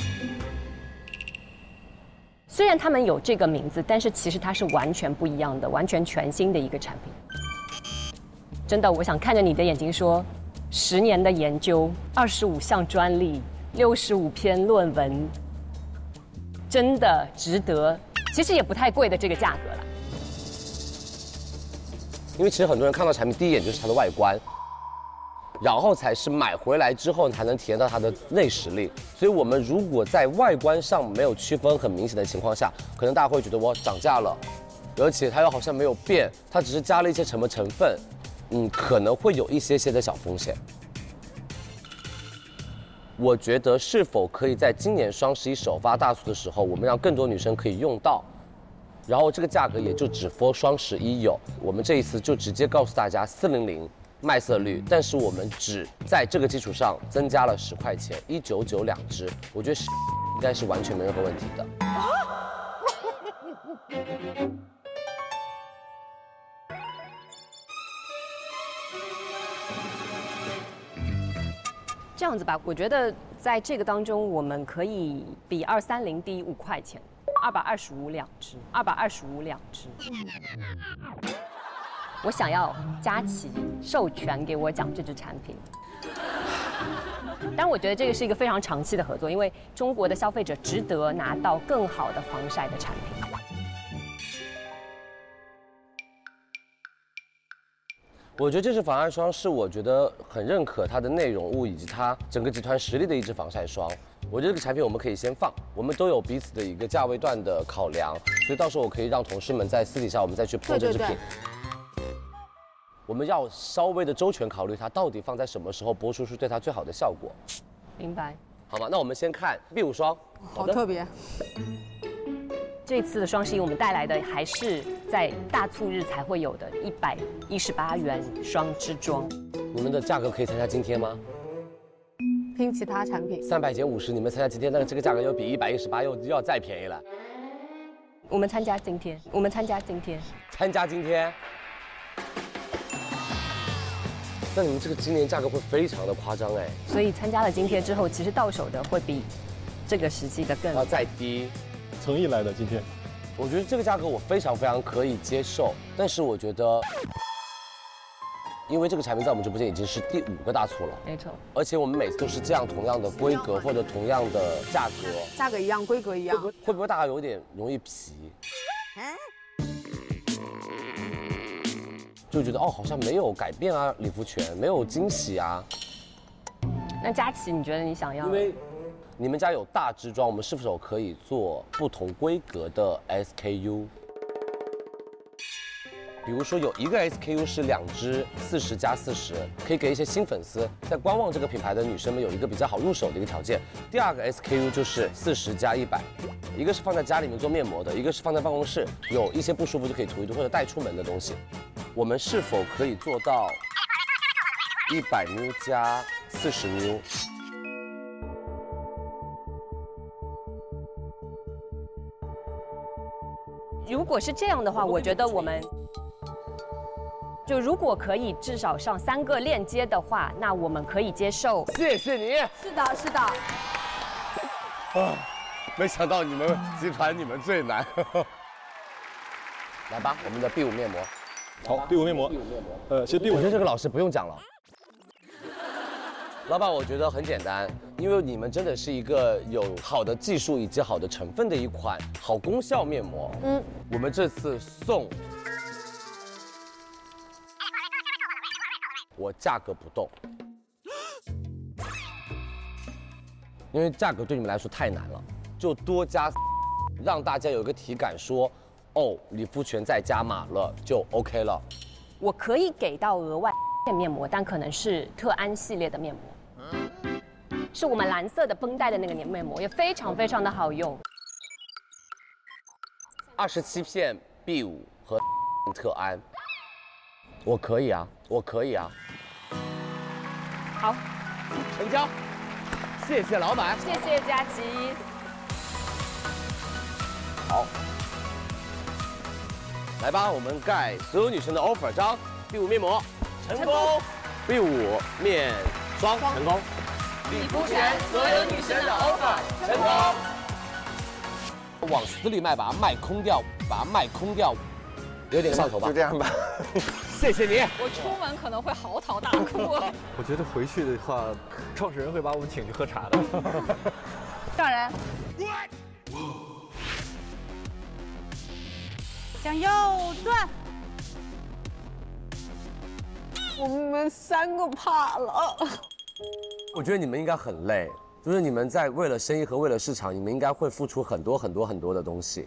S6: 虽然他们有这个名字，但是其实它是完全不一样的，完全全新的一个产品。真的，我想看着你的眼睛说，十年的研究，二十五项专利，六十五篇论文，真的值得。其实也不太贵的这个价格了。
S1: 因为其实很多人看到产品第一眼就是它的外观，然后才是买回来之后才能体验到它的内实力。所以我们如果在外观上没有区分很明显的情况下，可能大家会觉得我涨价了，而且它又好像没有变，它只是加了一些什么成分，嗯，可能会有一些些的小风险。我觉得是否可以在今年双十一首发大促的时候，我们让更多女生可以用到，然后这个价格也就只 for 双十一有。我们这一次就直接告诉大家四零零麦色绿，但是我们只在这个基础上增加了十块钱，一九九两支，我觉得是应该是完全没任何问题的。
S6: 这样子吧，我觉得在这个当中，我们可以比二三零低五块钱，二百二十五两只，二百二十五两只。我想要佳琪授权给我讲这支产品。但我觉得这个是一个非常长期的合作，因为中国的消费者值得拿到更好的防晒的产品。
S1: 我觉得这支防晒霜是我觉得很认可它的内容物以及它整个集团实力的一支防晒霜。我觉得这个产品我们可以先放，我们都有彼此的一个价位段的考量，所以到时候我可以让同事们在私底下我们再去剖这支品。我们要稍微的周全考虑它到底放在什么时候播出是对它最好的效果，
S6: 明白。
S1: 好吗？那我们先看 B 五霜，
S6: 好特别。这次的双十一，我们带来的还是在大促日才会有的一百一十八元双支装，
S1: 你们的价格可以参加今天吗？
S9: 拼其他产品。
S1: 三百减五十，你们参加今天那个这个价格又比一百一十八又又要再便宜了。
S6: 我们参加今天，我们参加今天。
S1: 参加今天，那你们这个今年价格会非常的夸张哎，
S6: 所以参加了今天之后，其实到手的会比这个时期的更
S1: 要再低，
S3: 诚意来的今天。
S1: 我觉得这个价格我非常非常可以接受，但是我觉得，因为这个产品在我们直播间已经是第五个大促了，
S6: 没错。
S1: 而且我们每次都是这样同样的规格或者同样的价格，
S22: 价格一样，规格一样。
S1: 会不会大家有点容易皮？就觉得哦，好像没有改变啊，礼服全没有惊喜啊。
S6: 那佳琪，你觉得你想要？
S1: 因为你们家有大支装，我们是否可以做不同规格的 SKU？比如说有一个 SKU 是两支四十加四十，可以给一些新粉丝在观望这个品牌的女生们有一个比较好入手的一个条件。第二个 SKU 就是四十加一百，一个是放在家里面做面膜的，一个是放在办公室有一些不舒服就可以涂一涂或者带出门的东西。我们是否可以做到一百 ml 加四十 ml？
S6: 如果是这样的话，我觉得我们就如果可以至少上三个链接的话，那我们可以接受。
S1: 谢谢你。
S6: 是的，是的。
S1: 啊，没想到你们集团你们最难。 来吧，我们的 B 五面膜。
S3: 好，B 五面膜。呃，其实 B
S1: 五，我觉得这个老师不用讲了。老板，我觉得很简单，因为你们真的是一个有好的技术以及好的成分的一款好功效面膜。
S9: 嗯，
S1: 我们这次送，我价格不动，因为价格对你们来说太难了，就多加让大家有一个体感说，哦，理肤泉在加码了，就 OK 了。
S6: 我可以给到额外片面膜，但可能是特安系列的面膜，是我们蓝色的绷带的那个面面膜，也非常非常的好用。
S1: 二十七片 B 五和 特安，我可以啊，我可以啊。
S6: 好，
S1: 成交，谢谢老板，
S6: 谢谢佳琪。
S1: 好，来吧，我们盖所有女生的 offer 章，B 五面膜成功，B 五面霜成功，
S4: 李福全所有女生的 offer 成功。
S1: 往死里卖，把它卖空掉，把它卖空掉，有点上头吧？就这样吧， 谢谢你。
S4: 我出门可能会嚎啕大哭。
S7: 我觉得回去的话，创始人会把我们请去喝茶的。
S4: 当然。
S17: 向右转。
S22: 我们三个怕了。
S1: 我觉得你们应该很累，就是你们在为了生意和为了市场，你们应该会付出很多很多很多的东西。